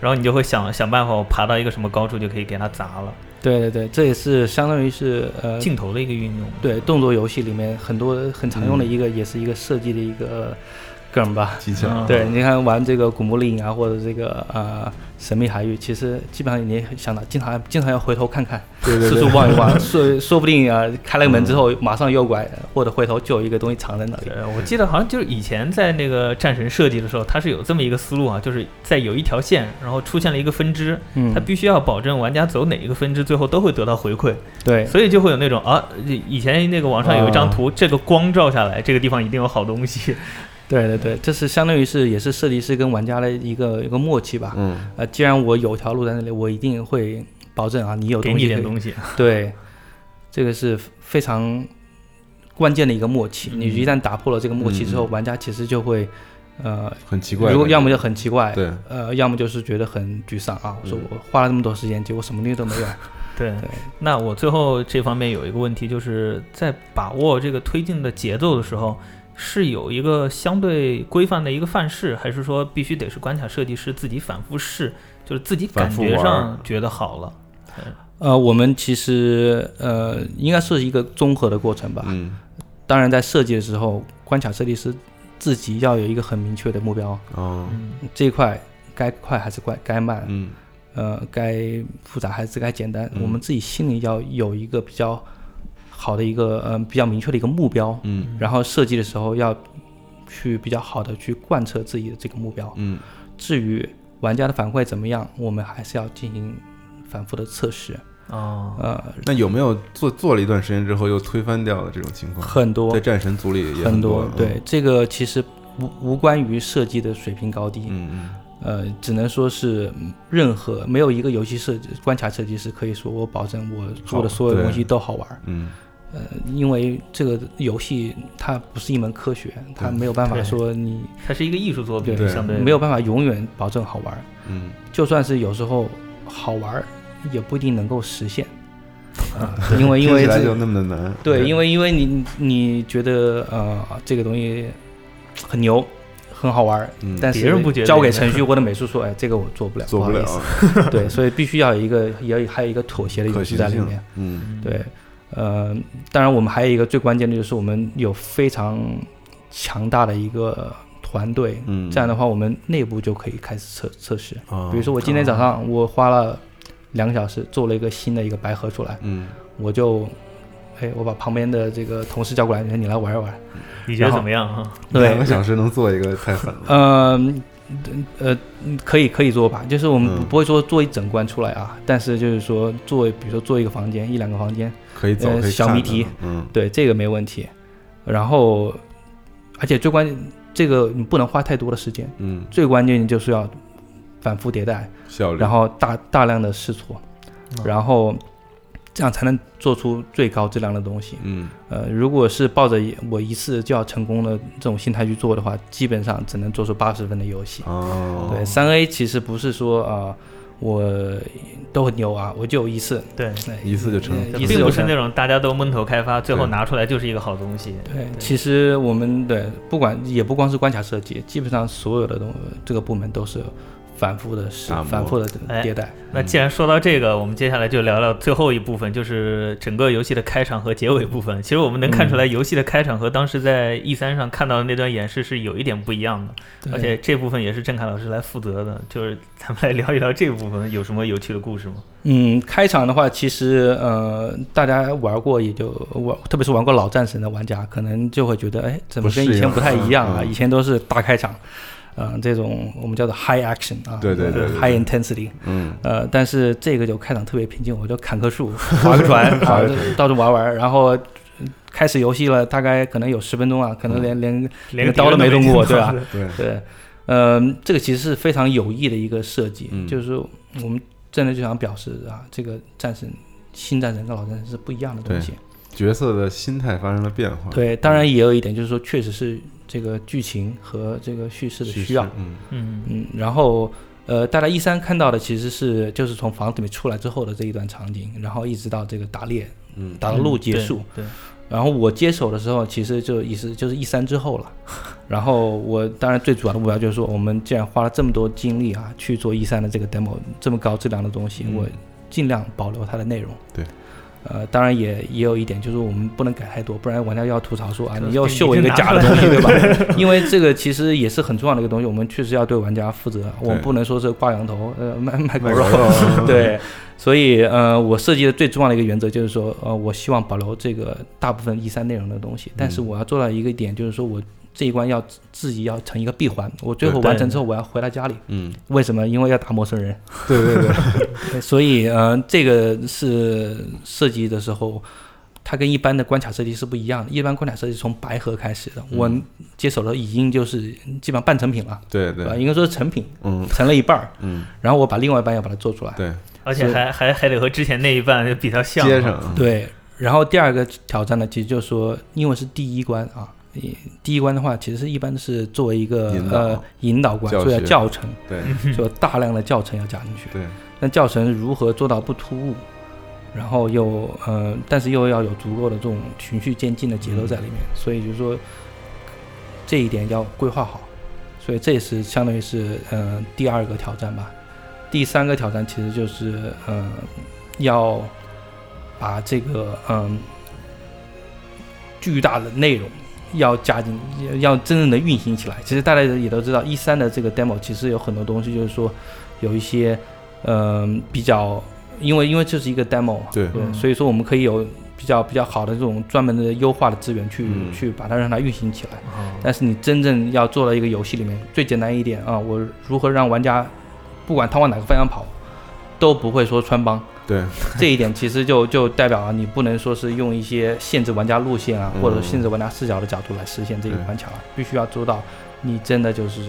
Speaker 2: 然后你就会想想办法，我爬到一个什么高处就可以给它砸了。
Speaker 3: 对对对，这也是相当于是呃，
Speaker 2: 镜头的一个运用，
Speaker 3: 对动作游戏里面很多很常用的一个，也是一个设计的一个梗吧。
Speaker 1: 技巧，
Speaker 2: 嗯
Speaker 3: 对，你看玩这个《古墓丽影》啊，或者这个呃《神秘海域》，其实基本上你也想到，经常经常要回头看看，
Speaker 1: 对对
Speaker 3: 四
Speaker 1: 对
Speaker 3: 处，望一望，说说不定啊，开了个门之后马上右拐，或者回头就有一个东西藏在那里。
Speaker 2: 对，呃我记得好像就是以前在那个战神设计的时候，它是有这么一个思路啊，就是在有一条线，然后出现了一个分支，
Speaker 3: 嗯
Speaker 2: 它，必须要保证玩家走哪一个分支，最后都会得到回馈，
Speaker 3: 对
Speaker 2: 所以就会有那种啊，以前那个网上有一张
Speaker 3: 啊
Speaker 2: 图，这个光照下来，这个地方一定有好东西。
Speaker 3: 对对对，这是相当于是也是设计师跟玩家的一个一个默契吧。
Speaker 1: 嗯，
Speaker 3: 呃，既然我有条路在那里，我一定会保证啊，你有
Speaker 2: 给
Speaker 3: 东
Speaker 2: 你
Speaker 3: 西
Speaker 2: 点
Speaker 3: 可以
Speaker 2: 东西，
Speaker 3: 对，这个是非常关键的一个默契。
Speaker 2: 嗯
Speaker 3: 你一旦打破了这个默契之后，
Speaker 1: 嗯
Speaker 3: 玩家其实就会，呃，
Speaker 1: 很奇怪的。
Speaker 3: 如果要么就很奇怪，
Speaker 1: 对，
Speaker 3: 呃，要么就是觉得很沮丧啊。我说
Speaker 1: 嗯
Speaker 3: 我花了这么多时间，结果什么东西都没 有。
Speaker 2: 对
Speaker 3: 对，
Speaker 2: 那我最后这方面有一个问题，就是在把握这个推进的节奏的时候，是有一个相对规范的一个范式，还是说必须得是关卡设计师自己反复试，就是自己感觉
Speaker 1: 反复玩
Speaker 2: 上觉得好了？
Speaker 3: 呃，我们其实呃，应该是一个综合的过程吧。
Speaker 1: 嗯，
Speaker 3: 当然，在设计的时候，关卡设计师自己要有一个很明确的目标，
Speaker 1: 哦，
Speaker 2: 嗯，
Speaker 3: 这一块该快还是快，该慢，
Speaker 1: 嗯，
Speaker 3: 呃，该复杂还是该简单，
Speaker 1: 嗯
Speaker 3: 我们自己心里要有一个比较好的一个嗯、呃比较明确的一个目标，
Speaker 1: 嗯，
Speaker 3: 然后设计的时候要去比较好的去贯彻自己的这个目标。
Speaker 1: 嗯，
Speaker 3: 至于玩家的反馈怎么样，我们还是要进行反复的测试。
Speaker 2: 哦，
Speaker 3: 呃，
Speaker 1: 那有没有做做了一段时间之后又推翻掉的这种情况？
Speaker 3: 很多
Speaker 1: 在战神组里嗯也
Speaker 3: 很
Speaker 1: 多嗯
Speaker 3: 多，，对这个其实无无关于设计的水平高低，
Speaker 1: 嗯，嗯
Speaker 3: 呃，只能说是嗯任何没有一个游戏设计关卡设计师可以说我保证我做的
Speaker 1: 好
Speaker 3: 所有东
Speaker 1: 对
Speaker 3: 西都好玩儿。
Speaker 1: 嗯
Speaker 3: 呃，因为这个游戏它不是一门科学，它
Speaker 1: 对
Speaker 3: 没有办法
Speaker 2: 对
Speaker 3: 说你
Speaker 2: 它是一个艺术作品，
Speaker 1: 对
Speaker 2: 相对
Speaker 3: 没有办法永远保证好玩儿，
Speaker 1: 嗯嗯，
Speaker 3: 就算是有时候好玩儿，也不一定能够实现，啊、 因为因为
Speaker 1: 听起来
Speaker 3: 这
Speaker 1: 就那么的难，
Speaker 3: 对，因为因为你你觉得呃这个东西很牛，很好玩儿，
Speaker 1: 嗯
Speaker 3: 但是
Speaker 2: 别人不觉得
Speaker 3: 交给程序或者美术说，哎，这个我做不了，
Speaker 1: 做不
Speaker 3: 不好
Speaker 1: 了
Speaker 3: 意，思对，所以必须要有一个也还有一个妥协的
Speaker 1: 可
Speaker 3: 勇
Speaker 1: 惜
Speaker 3: 气在里
Speaker 1: 性
Speaker 3: 面。，
Speaker 1: 嗯
Speaker 3: 对，呃，当然我们还有一个最关键的就是我们有非常强大的一个团队，
Speaker 1: 嗯，
Speaker 3: 这样的话我们内部就可以开始测测试。
Speaker 1: 哦，
Speaker 3: 比如说我今天早上我花了两个小时做了一个新的一个白盒出来，
Speaker 1: 嗯，
Speaker 3: 我就。哎，我把旁边的这个同事叫过来，哎你来玩一玩。
Speaker 2: 你觉得怎么样啊？
Speaker 1: 两个小时能做一个太狠了，
Speaker 3: 嗯，呃，可以可以做吧，就是我们
Speaker 1: 嗯
Speaker 3: 不会说做一整关出来啊，但是就是说做，比如说做一个房间，一两个房间，
Speaker 1: 可以走，
Speaker 3: 呃
Speaker 1: 可以
Speaker 3: 小
Speaker 1: 看
Speaker 3: 谜
Speaker 1: 的
Speaker 3: 题，
Speaker 1: 嗯
Speaker 3: 对，这个没问题。然后，而且最关键，这个你不能花太多的时间，
Speaker 1: 嗯，
Speaker 3: 最关键就是要反复迭代，
Speaker 1: 效率，
Speaker 3: 然后大大量的试错，
Speaker 2: 嗯
Speaker 3: 然后这样才能做出最高质量的东西。
Speaker 1: 嗯
Speaker 3: 呃，如果是抱着我一次就要成功的这种心态去做的话，基本上只能做出八十分的游戏。
Speaker 1: 哦，
Speaker 3: 对，三 A 其实不是说啊、我都很牛啊，我就有一次，
Speaker 2: 对，
Speaker 3: 哎
Speaker 1: 一次就成
Speaker 3: 呃
Speaker 2: 并
Speaker 3: 一次
Speaker 2: 不
Speaker 3: 就是成
Speaker 2: 那种大家都闷头开发，最后
Speaker 1: 对
Speaker 2: 拿出来就是一个好东西。
Speaker 3: 对，其实我们对不管也不光是关卡设计，基本上所有的东这个部门都是反复的试
Speaker 1: 打、磨
Speaker 3: 反复的
Speaker 2: 哎
Speaker 3: 迭代。
Speaker 2: 那既然说到这个，我们接下来就聊聊最后一部分，就是整个游戏的开场和结尾部分。其实我们能
Speaker 3: 嗯
Speaker 2: 看出来，游戏的开场和当时在 E 3上看到的那段演示是有一点不一样的，而且这部分也是郑恺老师来负责的。就是咱们来聊一聊这部分有什么有趣的故事吗？
Speaker 3: 嗯，开场的话，其实呃，大家玩过也就玩，特别是玩过老战神的玩家，可能就会觉得，哎，怎么
Speaker 1: 不
Speaker 3: 跟
Speaker 1: 适
Speaker 3: 以前
Speaker 1: 应
Speaker 3: 不太一样啊？
Speaker 1: 嗯嗯
Speaker 3: 以前都是大开场，嗯、这种我们叫做 high action 啊，
Speaker 1: 对对对对
Speaker 3: h i g h intensity。
Speaker 1: 嗯
Speaker 3: 呃，但是这个就开场特别平静，我就砍棵 树，划个船，啊，到处玩玩，然后嗯开始游戏了，大概可能有十分钟啊，可能连连
Speaker 2: 连
Speaker 3: 连刀都没动过对吧
Speaker 2: 吧？
Speaker 1: 对，
Speaker 3: 对，嗯，这个其实是非常有意的一个设计，
Speaker 1: 嗯
Speaker 3: 就是说我们真的就想表示啊，这个战神新战神跟老战神是不一样的东西。
Speaker 1: 角色的心态发生了变化，
Speaker 3: 对，嗯当然也有一点就是说，确实是这个剧情和这个叙事
Speaker 1: 是
Speaker 3: 的需要。
Speaker 1: 嗯
Speaker 2: 嗯，
Speaker 3: 嗯，然后呃，大家一三看到的其实是就是从房子里面出来之后的这一段场景，然后一直到这个打猎
Speaker 1: 嗯，
Speaker 3: 打到路结束。
Speaker 2: 对，
Speaker 3: 然后我接手的时候，其实就也是就是一三之后了，然后我当然最主要的目标就是说，我们既然花了这么多精力啊去做 E 三的这个 demo 这么高质量的东西，
Speaker 2: 嗯
Speaker 3: 我尽量保留它的内容。
Speaker 1: 对。
Speaker 3: 呃，当然也也有一点，就是我们不能改太多，不然玩家要吐槽说啊，
Speaker 2: 对
Speaker 3: 你又
Speaker 2: 你
Speaker 3: 秀
Speaker 2: 就
Speaker 3: 一个
Speaker 2: 拿
Speaker 3: 假
Speaker 2: 出
Speaker 3: 的
Speaker 2: 来
Speaker 3: 东西，对吧？因为这个其实也是很重要的一个东西，我们确实要对玩家负责，我们
Speaker 1: 对
Speaker 3: 不能说是挂羊头，呃，卖卖狗
Speaker 1: 卖
Speaker 3: 肉
Speaker 1: 狗，肉
Speaker 3: 对，所以呃，我设计的最重要的一个原则就是说，呃，我希望保留这个大部分一 E 三内容的东西，但
Speaker 1: 嗯
Speaker 3: 是我要做到一个点，就是说我这一关要自自己要成一个闭环，我最后
Speaker 2: 对
Speaker 3: 完成之后我要回到家里，
Speaker 1: 嗯，
Speaker 3: 为什么？因为要打陌生人，
Speaker 1: 对对对，
Speaker 3: 对所以呃，这个是设计的时候。它跟一般的关卡设计是不一样的，一般关卡设计是从白盒开始的，我
Speaker 1: 嗯
Speaker 3: 接手了已经就是基本上半成品了，
Speaker 1: 对
Speaker 3: 对吧？
Speaker 1: 对，
Speaker 3: 应该说是成品，
Speaker 1: 嗯
Speaker 3: 成了一半儿，
Speaker 1: 嗯，
Speaker 3: 然后我把另外一半要把它做出来，
Speaker 1: 对，
Speaker 2: 而且还还还得和之前那一半就比较像，啊
Speaker 1: 接上，
Speaker 3: 对，然后第二个挑战呢，其实就是说，因为是第一关啊，你第一关的话，其实一般是作为一个
Speaker 1: 引导
Speaker 3: 呃引导关，
Speaker 1: 教
Speaker 3: 所以要
Speaker 1: 学嗯
Speaker 3: 教程，
Speaker 1: 对
Speaker 3: 所以大量的教程要加进去。
Speaker 1: 对，
Speaker 3: 那教程如何做到不突兀，然后又呃，但是又要有足够的这种循序渐进的节奏在里面，所以就是说这一点要规划好，所以这也是相当于是呃第二个挑战吧。第三个挑战其实就是呃要把这个嗯、巨大的内容。要加进，要真正的运行起来。其实大家也都知道，一三的这个 demo 其实有很多东西，就是说有一些嗯，比较，因为因为这是一个 demo 嘛，
Speaker 1: 对
Speaker 2: 嗯
Speaker 3: 所以说我们可以有比较比较好的这种专门的优化的资源去、
Speaker 1: 嗯
Speaker 3: 去把它让它运行起来。
Speaker 2: 哦
Speaker 3: 但是你真正要做到一个游戏里面，最简单一点啊，我如何让玩家不管他往哪个方向跑，都不会说 穿帮。
Speaker 1: 对，
Speaker 3: 这一点其实就就代表了你不能说是用一些限制玩家路线啊，
Speaker 1: 嗯
Speaker 3: 或者限制玩家视角的角度来实现这个
Speaker 1: 对
Speaker 3: 关卡了，必须要做到你真的就是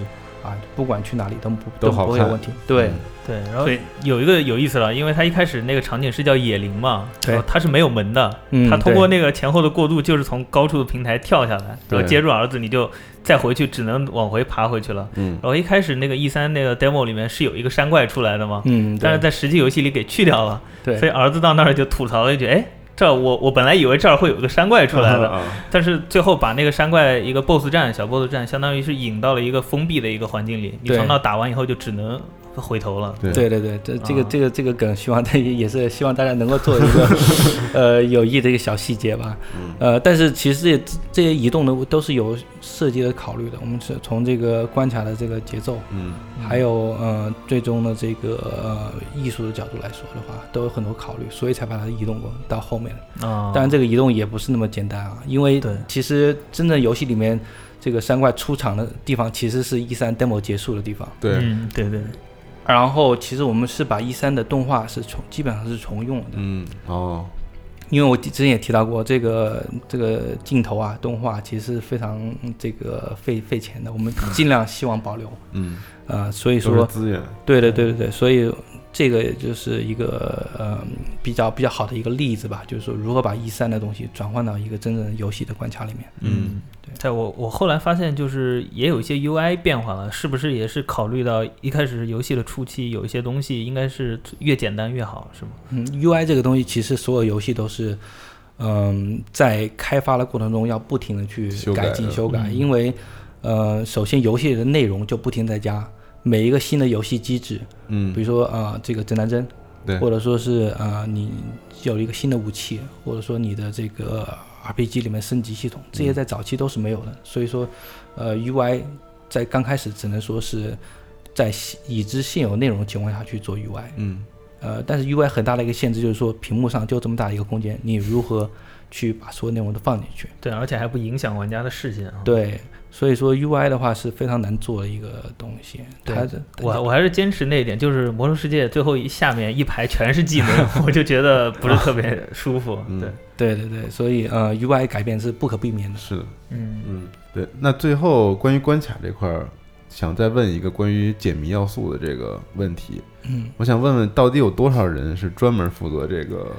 Speaker 3: 啊，不管去哪里都不
Speaker 1: 都好
Speaker 3: 不会有
Speaker 1: 看
Speaker 3: 问题。对。
Speaker 1: 嗯
Speaker 2: 对，然后
Speaker 3: 对
Speaker 2: 有一个有意思了，因为他一开始那个场景是叫野林嘛，
Speaker 3: 对
Speaker 2: 然后它是没有门的，
Speaker 3: 嗯
Speaker 2: 他通过
Speaker 3: 对
Speaker 2: 那个前后的过渡，就是从高处的平台跳下来，然后
Speaker 1: 对
Speaker 2: 接住儿子，你就再回去只能往回爬回去了。
Speaker 1: 嗯
Speaker 2: 然，后一开始那个 E 三那个 demo 里面是有一个山怪出来的嘛，
Speaker 3: 嗯，
Speaker 2: 但是
Speaker 3: 对
Speaker 2: 在实际游戏里给去掉了，
Speaker 3: 对
Speaker 2: 所以儿子到那儿就吐槽了一句：“哎，这儿我我本来以为这儿会有个山怪出来的，
Speaker 1: 啊，
Speaker 3: 嗯
Speaker 2: 但是最后把那个山怪一个 BOSS 战小 BOSS 战，相当于是引到了一个封闭的一个环境里，你
Speaker 3: 对
Speaker 2: 从那打完以后就只能回头了。”
Speaker 1: 对
Speaker 3: 对对对，这这个
Speaker 2: 啊
Speaker 3: 这个这个梗，希望大家也是希望大家能够做一 个呃有益的一个小细节吧。
Speaker 2: 嗯
Speaker 3: 呃，但是其实也这些移动的都是有设计的考虑的，我们是从这个关卡的这个节奏，
Speaker 1: 嗯，
Speaker 3: 还有呃最终的这个呃艺术的角度来说的话，都有很多考虑，所以才把它移动过到后面。
Speaker 2: 啊，
Speaker 3: 当然，这个移动也不是那么简单啊，因为
Speaker 2: 对
Speaker 3: 其实真正游戏里面这个山怪出场的地方，其实是一三 demo 结束的地方。
Speaker 1: 对，
Speaker 2: 嗯，对对，
Speaker 3: 然后其实我们是把一三的动画是重，基本上是重用的，
Speaker 1: 嗯，哦，
Speaker 3: 因为我之前也提到过，这个这个镜头啊，动画其实非常嗯这个费费钱的，我们尽量希望保留，
Speaker 1: 嗯，
Speaker 3: 呃，所以
Speaker 1: 都是
Speaker 3: 说，
Speaker 1: 资源，
Speaker 3: 对对对对对，所以这个也就是一个呃比较比较好的一个例子吧，就是说如何把一三的东西转换到一个真正游戏的关卡里面，
Speaker 1: 嗯，
Speaker 2: 在我我后来发现，就是也有一些 UI 变化了，是不是也是考虑到一开始游戏的初期有一些东西应该是越简单越好，是吗？
Speaker 3: 嗯，UI 这个东西其实所有游戏都是，嗯、在开发的过程中要不停的去
Speaker 1: 修
Speaker 3: 改
Speaker 1: 改
Speaker 3: 进
Speaker 1: 的
Speaker 3: 修改，
Speaker 2: 嗯
Speaker 3: 因为呃，首先游戏的内容就不停在加，每一个新的游戏机制，比
Speaker 1: 嗯，
Speaker 3: 如说啊、呃这个指南针，
Speaker 1: 对
Speaker 3: 或者说是啊、呃你有一个新的武器，或者说你的这个 RPG 里面升级系统，这
Speaker 1: 嗯
Speaker 3: 些在早期都是没有的，所以说，呃，UI 在刚开始只能说是在已知现有内容的情况下去做 UI。
Speaker 1: 嗯，
Speaker 3: 呃，但是 UI 很大的一个限制就是说，屏幕上就这么大一个空间，你如何去把所有内容都放进去？
Speaker 2: 对，而且还不影响玩家的视线啊。，
Speaker 3: 对，所以说 UI 的话是非常难做的一个东西。
Speaker 2: 对
Speaker 3: 它的
Speaker 2: 我我还是坚持那一点，就是《魔兽世界》最后一下面一排全是技能， 我就觉得不是特别舒服。
Speaker 3: 啊
Speaker 1: 嗯
Speaker 2: 对，
Speaker 3: 对对对，所以呃，UI 改变是不可避免的。
Speaker 1: 是的，
Speaker 2: 嗯，
Speaker 1: 嗯，对。那最后关于关卡这块儿，想再问一个关于解谜要素的这个问题。
Speaker 3: 嗯
Speaker 1: 我想问问，到底有多少人是专门负责这个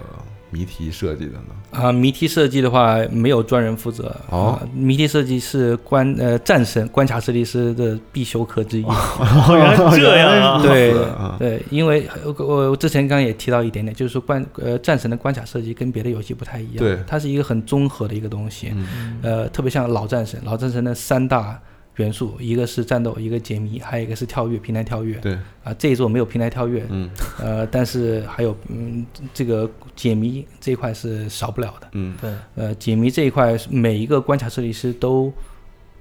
Speaker 1: 谜题设计的呢？
Speaker 3: 啊、谜题设计的话没有专人负责。
Speaker 1: 哦
Speaker 3: 啊谜题设计是关呃战神关卡设计师的必修课之一。
Speaker 2: 哦
Speaker 3: 哦
Speaker 2: 原来这样啊
Speaker 3: 对
Speaker 1: 啊，
Speaker 3: 对，因为呃我我之前刚刚也提到一点点，就是说关呃战神的关卡设计跟别的游戏不太一样，
Speaker 1: 对
Speaker 3: 它是一个很综合的一个东西。
Speaker 1: 嗯
Speaker 3: 呃，特别像老战神，老战神的三大元素，一个是战斗，一个解谜，还有一个是跳跃，平台跳跃。
Speaker 1: 对，
Speaker 3: 啊、这一座没有平台跳跃，
Speaker 1: 嗯
Speaker 3: 呃，但是还有嗯，这个解谜这一块是少不了的。
Speaker 1: 嗯
Speaker 2: 对，
Speaker 3: 呃，解谜这一块，每一个关卡设计师都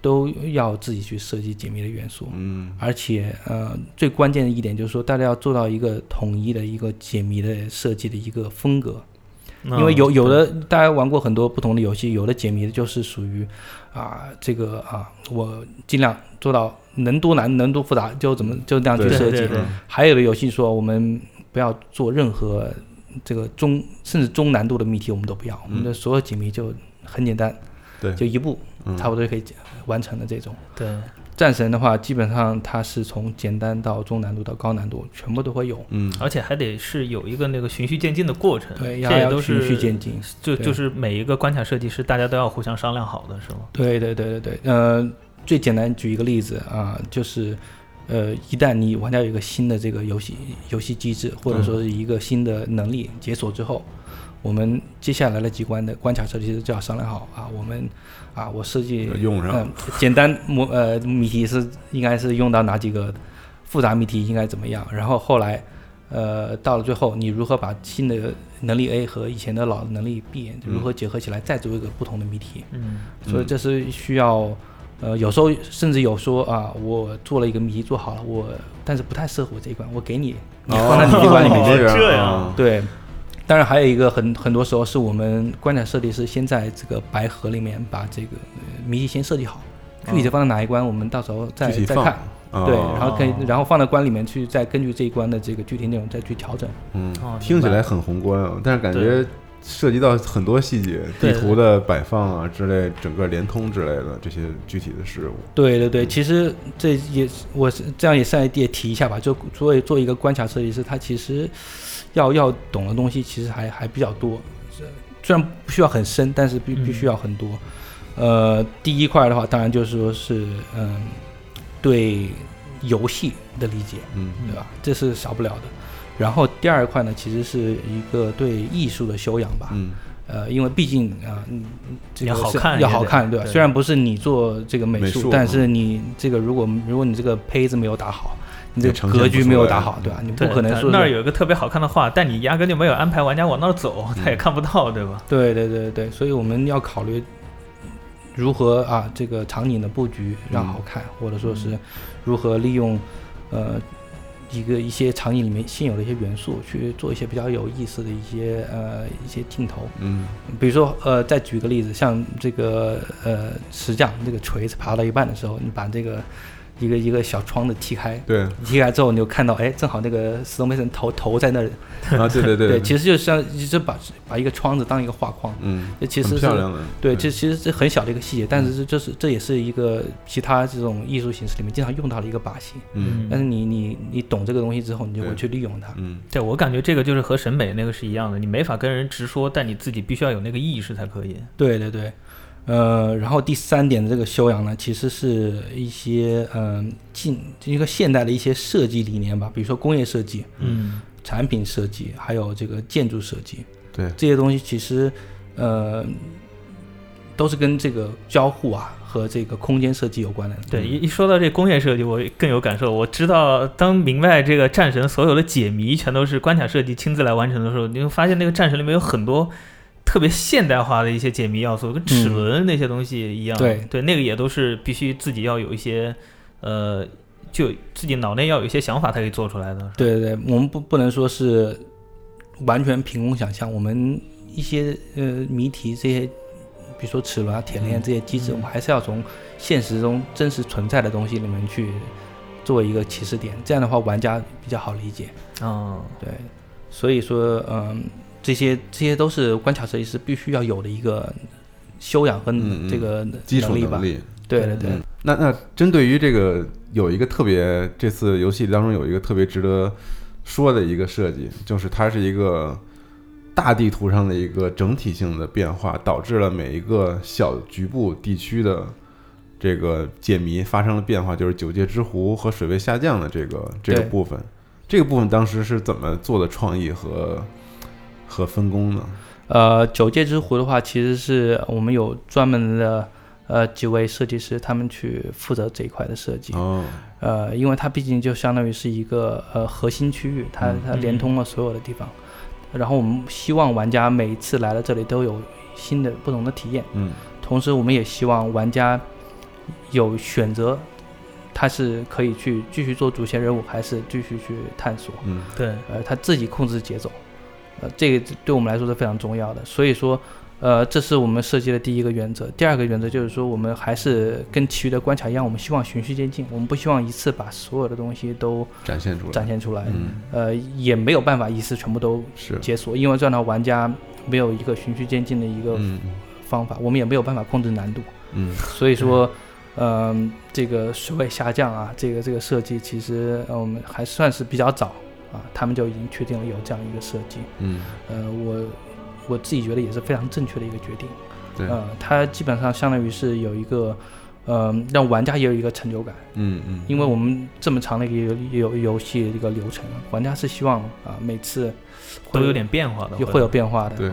Speaker 3: 都要自己去设计解谜的元素，
Speaker 1: 嗯
Speaker 3: 而且呃，最关键的一点就是说，大家要做到一个统一的一个解谜的设计的一个风格，
Speaker 2: 嗯
Speaker 3: 因为有有的大家玩过很多不同的游戏，有的解谜的就是属于啊这个啊，我尽量做到能多难能多复杂就怎么就那样去
Speaker 1: 对
Speaker 3: 设
Speaker 2: 对
Speaker 3: 计
Speaker 2: 对。
Speaker 3: 还有的游戏说我们不要做任何这个中甚至中难度的谜题，我们都不要，我们
Speaker 2: 嗯
Speaker 3: 的所有解谜就很简单，
Speaker 1: 对
Speaker 3: 就一步
Speaker 1: 嗯
Speaker 3: 差不多就可以解完成的这种。
Speaker 2: 对
Speaker 3: 战神的话，基本上它是从简单到中难度到高难度，全部都会有。
Speaker 1: 嗯
Speaker 2: 而且还得是有一个那个循序渐进的过程，
Speaker 3: 对，
Speaker 2: 这也
Speaker 3: 要
Speaker 2: 都
Speaker 3: 要循
Speaker 2: 是
Speaker 3: 序渐进。
Speaker 2: 就
Speaker 3: 对
Speaker 2: 就是每一个关卡设计师大家都要互相商量好的，是吗？
Speaker 3: 对对对对对，呃，最简单举一个例子啊、就是，呃，一旦你玩家有一个新的这个游戏游戏机制，或者说是一个新的能力解锁之后，我们接下来的几关的关卡设计师就要商量好啊，我们啊，我设计
Speaker 1: 要用上
Speaker 3: 嗯、简单模呃谜题是应该是用到哪几个，复杂谜题应该怎么样，然后后来。呃，到了最后，你如何把新的能力 A 和以前的老的能力 B
Speaker 1: 嗯
Speaker 3: 如何结合起来，再做一个不同的谜题？
Speaker 2: 嗯，
Speaker 3: 所以这是需要，呃，有时候甚至有说啊，我做了一个谜做好了，我但是不太适合我这一关，我给你，你放在你这关里面去。
Speaker 2: 哦
Speaker 1: 这
Speaker 2: 这样
Speaker 1: 样，
Speaker 3: 对，当然还有一个很很多时候是我们关卡设计师先在这个白盒里面把这个呃谜题先设计好，具体的放在哪一关，我们到时候再
Speaker 1: 哦具体
Speaker 3: 再
Speaker 1: 放
Speaker 3: 看。，
Speaker 1: 哦
Speaker 3: 对，然后可以，然后放到关里面去，再根据这一关的这个具体内容再去调整。
Speaker 1: 嗯
Speaker 2: 哦，
Speaker 1: 听起来很宏观啊，但是感觉
Speaker 2: 对
Speaker 1: 涉及到很多细节，
Speaker 2: 对
Speaker 1: 地图的摆放啊之类，整个联通之类的这些具体的事物。
Speaker 3: 对对对，其实这也是我是这样也算也提一下吧，就作为做一个关卡设计师，他其实要要懂的东西其实还还比较多，虽然不需要很深，但是必
Speaker 2: 嗯
Speaker 3: 必须要很多。呃，第一块的话，当然就是说是嗯，对游戏的理解，
Speaker 1: 嗯
Speaker 3: 对吧？这是少不了的。然后第二块呢，其实是一个对艺术的修养吧，
Speaker 1: 嗯
Speaker 3: 呃，因为毕竟啊，嗯嗯这个
Speaker 2: 要好
Speaker 3: 是
Speaker 2: 看也
Speaker 3: 要好
Speaker 2: 得
Speaker 3: 看，对吧？
Speaker 2: 对
Speaker 3: 虽然不是你做这个美
Speaker 1: 美
Speaker 3: 术，
Speaker 1: 术嗯
Speaker 3: 但是你这个如果如果你这个胚子没有打好，你这
Speaker 1: 也
Speaker 3: 个
Speaker 1: 呈现
Speaker 3: 格
Speaker 1: 不
Speaker 3: 局
Speaker 1: 出
Speaker 3: 没有
Speaker 1: 来嗯
Speaker 3: 打好，对吧？你不
Speaker 2: 对
Speaker 3: 可能
Speaker 2: 但
Speaker 3: 说
Speaker 2: 那儿
Speaker 3: 是
Speaker 2: 有一个特别好看的画，但你压根就没有安排玩家往那儿走，
Speaker 3: 嗯
Speaker 2: 他也看不到，对吧？
Speaker 3: 对对对对，所以我们要考虑如何啊这个场景的布局
Speaker 1: 嗯
Speaker 3: 让好看，或者说是如何利用呃一个一些场景里面现有的一些元素去做一些比较有意思的一些呃一些镜头，
Speaker 1: 嗯
Speaker 3: 比如说，呃，再举个例子，像这个呃石匠这个锤子爬到一半的时候，你把这个一个一个小窗子踢开，
Speaker 1: 对
Speaker 3: 踢开之后你就看到，哎，正好那个斯通梅森头头在那里。
Speaker 1: 啊，对 对对，
Speaker 3: 其实就像就把把一个窗子当一个画框，
Speaker 1: 嗯，
Speaker 3: 这其
Speaker 1: 很
Speaker 3: 实是
Speaker 1: 漂亮的，
Speaker 3: 对，这其实是很小的一个细节，但
Speaker 1: 嗯
Speaker 3: 是这这是这也是一个其他这种艺术形式里面经常用到的一个把戏。
Speaker 1: 嗯
Speaker 3: 但是你你你懂这个东西之后，你就会
Speaker 1: 对
Speaker 3: 去利用它。
Speaker 1: 嗯
Speaker 2: 对，我感觉这个就是和审美那个是一样的，你没法跟人直说，但你自己必须要有那个意识才可以。
Speaker 3: 对对对，呃，然后第三点的这个修养呢，其实是一些嗯、近一个现代的一些设计理念吧，比如说工业设计、
Speaker 2: 嗯，
Speaker 3: 产品设计，还有这个建筑设计
Speaker 1: 对，
Speaker 3: 这些东西，其实呃都是跟这个交互啊和这个空间设计有关的。
Speaker 2: 对，一一说到这工业设计，我更有感受。我知道，当明白这个战神所有的解谜全都是关卡设计亲自来完成的时候，你会发现那个战神里面有很多特别现代化的一些解谜要素，跟齿轮那些东西一样。
Speaker 3: 嗯对
Speaker 2: 对，那个也都是必须自己要有一些，呃，就自己脑内要有一些想法才可以做出来的。是吧，
Speaker 3: 对对对，我们不不能说是完全凭空想象，我们一些呃谜题这些，比如说齿轮啊、铁链这些机制，
Speaker 2: 嗯
Speaker 3: 我们还是要从现实中真实存在的东西里面去作为一个起始点，这样的话玩家比较好理解。
Speaker 2: 嗯，
Speaker 3: 对，所以说嗯、这些这些都是关卡设计师必须要有的一个修养和
Speaker 1: 嗯嗯
Speaker 3: 这个
Speaker 1: 基础
Speaker 3: 能力吧。
Speaker 1: 能力。
Speaker 3: 对对对。
Speaker 1: 嗯，那那针对于这个有一个特别，这次游戏当中有一个特别值得说的一个设计，就是它是一个大地图上的一个整体性的变化，导致了每一个小局部地区的这个解谜发生了变化，就是九界之湖和水位下降的这个这个
Speaker 3: 对
Speaker 1: 部分。这个部分当时是怎么做的创意和和分工呢？
Speaker 3: 呃，九界之湖的话，其实是我们有专门的呃几位设计师他们去负责这一块的设计。
Speaker 1: 哦，
Speaker 3: 呃，因为它毕竟就相当于是一个呃核心区域，它它
Speaker 2: 嗯
Speaker 3: 连通了所有的地方。然后我们希望玩家每一次来了这里都有新的不同的体验，
Speaker 1: 嗯
Speaker 3: 同时我们也希望玩家有选择，他是可以去继续做主线任务，还是继续去探索。
Speaker 1: 嗯
Speaker 2: 对，
Speaker 3: 呃，他自己控制节奏，呃，这个对我们来说是非常重要的。所以说，呃，这是我们设计的第一个原则。第二个原则就是说，我们还是跟其余的关卡一样，我们希望循序渐进，我们不希望一次把所有的东西都
Speaker 1: 展现出来，
Speaker 3: 展现出来。
Speaker 1: 嗯
Speaker 3: 呃，也没有办法一次全部都
Speaker 1: 是，
Speaker 3: 解锁，因为这样的玩家没有一个循序渐进的一个
Speaker 1: 嗯
Speaker 3: 方法，我们也没有办法控制难度。
Speaker 1: 嗯
Speaker 3: 所以说，嗯、这个水位下降啊，这个这个设计其实呃我们、还算是比较早啊，他们就已经确定了有这样一个设计。
Speaker 1: 嗯，
Speaker 3: 呃，我我自己觉得也是非常正确的一个决定。
Speaker 1: 对，
Speaker 3: 呃，它基本上相当于是有一个，呃，让玩家也有一个成就感，
Speaker 1: 嗯嗯，
Speaker 3: 因为我们这么长的一个游游游戏一个流程，玩家是希望啊、每次会
Speaker 2: 都有点变化的，
Speaker 3: 有会有变化的。
Speaker 1: 对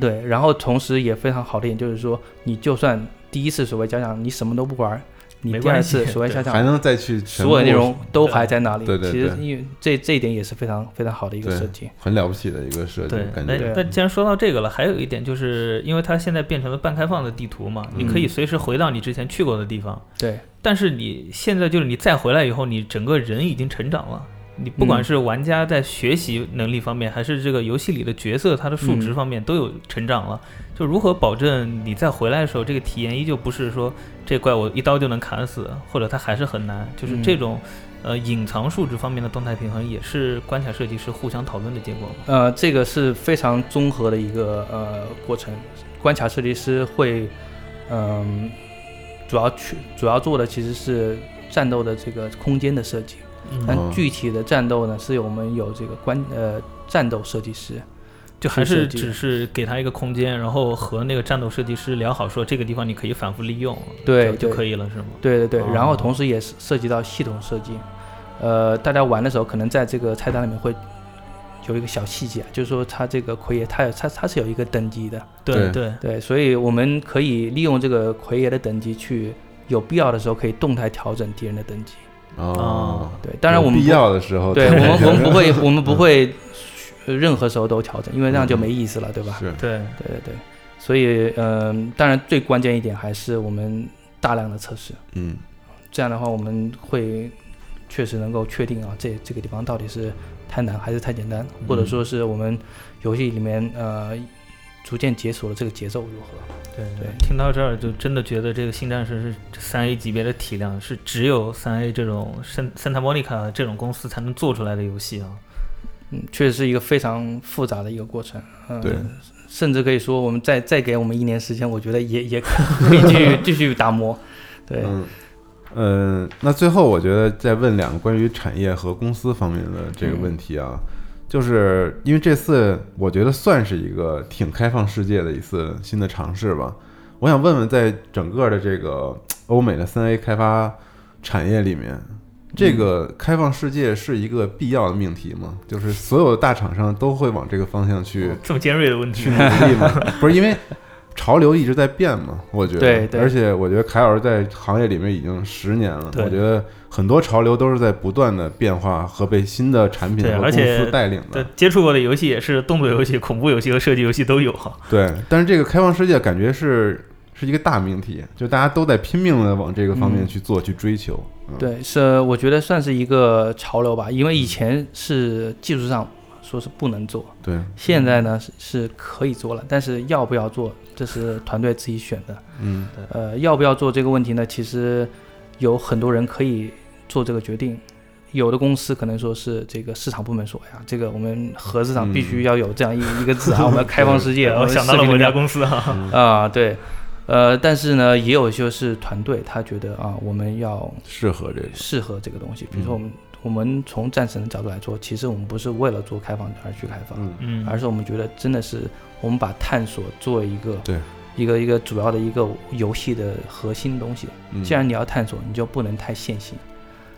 Speaker 3: 对，然后同时也非常好的一点就是说，你就算第一次所谓加强，你什么都不玩儿，你
Speaker 2: 没
Speaker 3: 第二
Speaker 2: 关系
Speaker 3: 次所谓下
Speaker 1: 还
Speaker 3: 降，
Speaker 1: 能再去全
Speaker 3: 所有的内
Speaker 1: 部
Speaker 3: 容都还在那里。
Speaker 1: 对对
Speaker 3: 其实
Speaker 1: 对
Speaker 3: 因为这这一点也是非常非常好的一个
Speaker 1: 对
Speaker 3: 设计。
Speaker 1: 很了不起的一个设计
Speaker 2: 对，，
Speaker 1: 感
Speaker 2: 那
Speaker 1: 觉，
Speaker 2: 那既然说到这个了，还有一点就是，因为它现在变成了半开放的地图嘛，你可以
Speaker 3: 嗯
Speaker 2: 随时回到你之前去过的地方。
Speaker 3: 对
Speaker 2: 但是你现在就是你再回来以后，你整个人已经成长了。你不管
Speaker 3: 嗯
Speaker 2: 是玩家在学习能力方面，还是这个游戏里的角色它的数值
Speaker 3: 嗯
Speaker 2: 方面都有成长了。就如何保证你再回来的时候，这个体验依旧不是说这怪我一刀就能砍死，或者它还是很难。就是
Speaker 3: 嗯
Speaker 2: 这种、呃隐藏数值方面的动态平衡，也是关卡设计师互相讨论的结果嘛。
Speaker 3: 呃，这个是非常综合的一个呃过程。关卡设计师会，嗯、主要去主要做的其实是战斗的这个空间的设计，
Speaker 2: 嗯
Speaker 3: 但
Speaker 1: 哦
Speaker 3: 具体的战斗呢，是我们有这个关呃战斗设计师。
Speaker 2: 就还是
Speaker 3: 设计
Speaker 2: 只是给他一个空间，然后和那个战斗设计师聊好，说这个地方你可以反复利用，就
Speaker 3: 对
Speaker 2: 就
Speaker 3: 对
Speaker 2: 可以了，是吗？
Speaker 3: 对对对，然
Speaker 2: 哦
Speaker 3: 后同时也是涉及到系统设计。呃，大家玩的时候可能在这个菜单里面会有一个小细节，啊就是说它这个奎爷它有它它是有一个等级的，
Speaker 2: 对
Speaker 1: 对
Speaker 2: 对，
Speaker 3: 对，所以我们可以利用这个奎爷的等级去有必要的时候可以动态调整敌人的等级。
Speaker 1: 哦，
Speaker 3: 对，当然我们
Speaker 1: 有必
Speaker 3: 不
Speaker 1: 要的时候
Speaker 3: 对
Speaker 1: 再
Speaker 3: 我
Speaker 1: 展
Speaker 3: 们
Speaker 1: 现，
Speaker 3: 我们 不会我们不会呃任何时候都调整，因为那样就
Speaker 1: 嗯
Speaker 3: 没意思了，对吧？
Speaker 1: 是，
Speaker 2: 对，
Speaker 3: 对对对，所以嗯、当然最关键一点还是我们大量的测试。
Speaker 1: 嗯
Speaker 3: 这样的话，我们会确实能够确定啊，这这个地方到底是太难还是太简单，
Speaker 1: 嗯
Speaker 3: 或者说是我们游戏里面呃逐渐解锁的这个节奏如何？
Speaker 2: 对
Speaker 3: 对
Speaker 2: 听到这儿就真的觉得这个新战士是三 A 级别的体量，是只有三 A 这种圣圣塔莫妮卡这种公司才能做出来的游戏啊。
Speaker 3: 嗯，确实是一个非常复杂的一个过程。嗯、
Speaker 1: 对，
Speaker 3: 甚至可以说，我们再再给我们一年时间，我觉得 也也可以继续继续打磨。对，
Speaker 1: 嗯。嗯，那最后我觉得再问两个关于产业和公司方面的这个问题啊，就是因为这次我觉得算是一个挺开放世界的一次新的尝试吧。我想问问，在整个的这个欧美的三 A 开发产业里面，这个开放世界是一个必要的命题吗？就是所有的大厂商都会往这个方向去
Speaker 2: 这么尖锐的问题，
Speaker 1: 努力嘛， 不是因为潮流一直在变嘛？我觉得，
Speaker 3: 对对
Speaker 1: 而且我觉得凯老师在行业里面已经十年了，
Speaker 2: 对
Speaker 1: 我觉得很多潮流都是在不断的变化和被新的产品
Speaker 2: 对
Speaker 1: 和
Speaker 2: 而
Speaker 1: 公
Speaker 2: 且
Speaker 1: 司带领
Speaker 2: 对
Speaker 1: 的。，
Speaker 2: 接触过的游戏也是动作游戏、恐怖游戏和射击游戏都有 啊。
Speaker 1: 对但是这个开放世界感觉是是一个大命题，就大家都在拼命的往这个方
Speaker 3: 嗯
Speaker 1: 面去做、去追求。嗯，
Speaker 3: 对，是我觉得算是一个潮流吧，因为以前是技术上说是不能做，
Speaker 1: 对，
Speaker 3: 现在呢是是可以做了，但是要不要做，这是团队自己选的。
Speaker 1: 嗯
Speaker 3: 呃，要不要做这个问题呢？其实有很多人可以做这个决定，有的公司可能说是这个市场部门说，哎呀，这个我们核市场必须要有这样一、一 个字啊，我们要开放世界，
Speaker 2: 我想到了某
Speaker 3: 国
Speaker 2: 家
Speaker 3: 家
Speaker 2: 公司 啊，
Speaker 3: 啊，对，呃，但是呢，也有就是团队他觉得啊，我们要
Speaker 1: 适合这个。
Speaker 3: 适合这个东西，比如
Speaker 1: 嗯
Speaker 3: 说我们、我们从战神的角度来说，其实我们不是为了做开放而去开放，
Speaker 1: 嗯，
Speaker 2: 嗯，
Speaker 3: 而是我们觉得真的是我们把探索作为一个
Speaker 1: 对
Speaker 3: 一个一个主要的一个游戏的核心东西。
Speaker 1: 嗯
Speaker 3: 既然你要探索，你就不能太线性。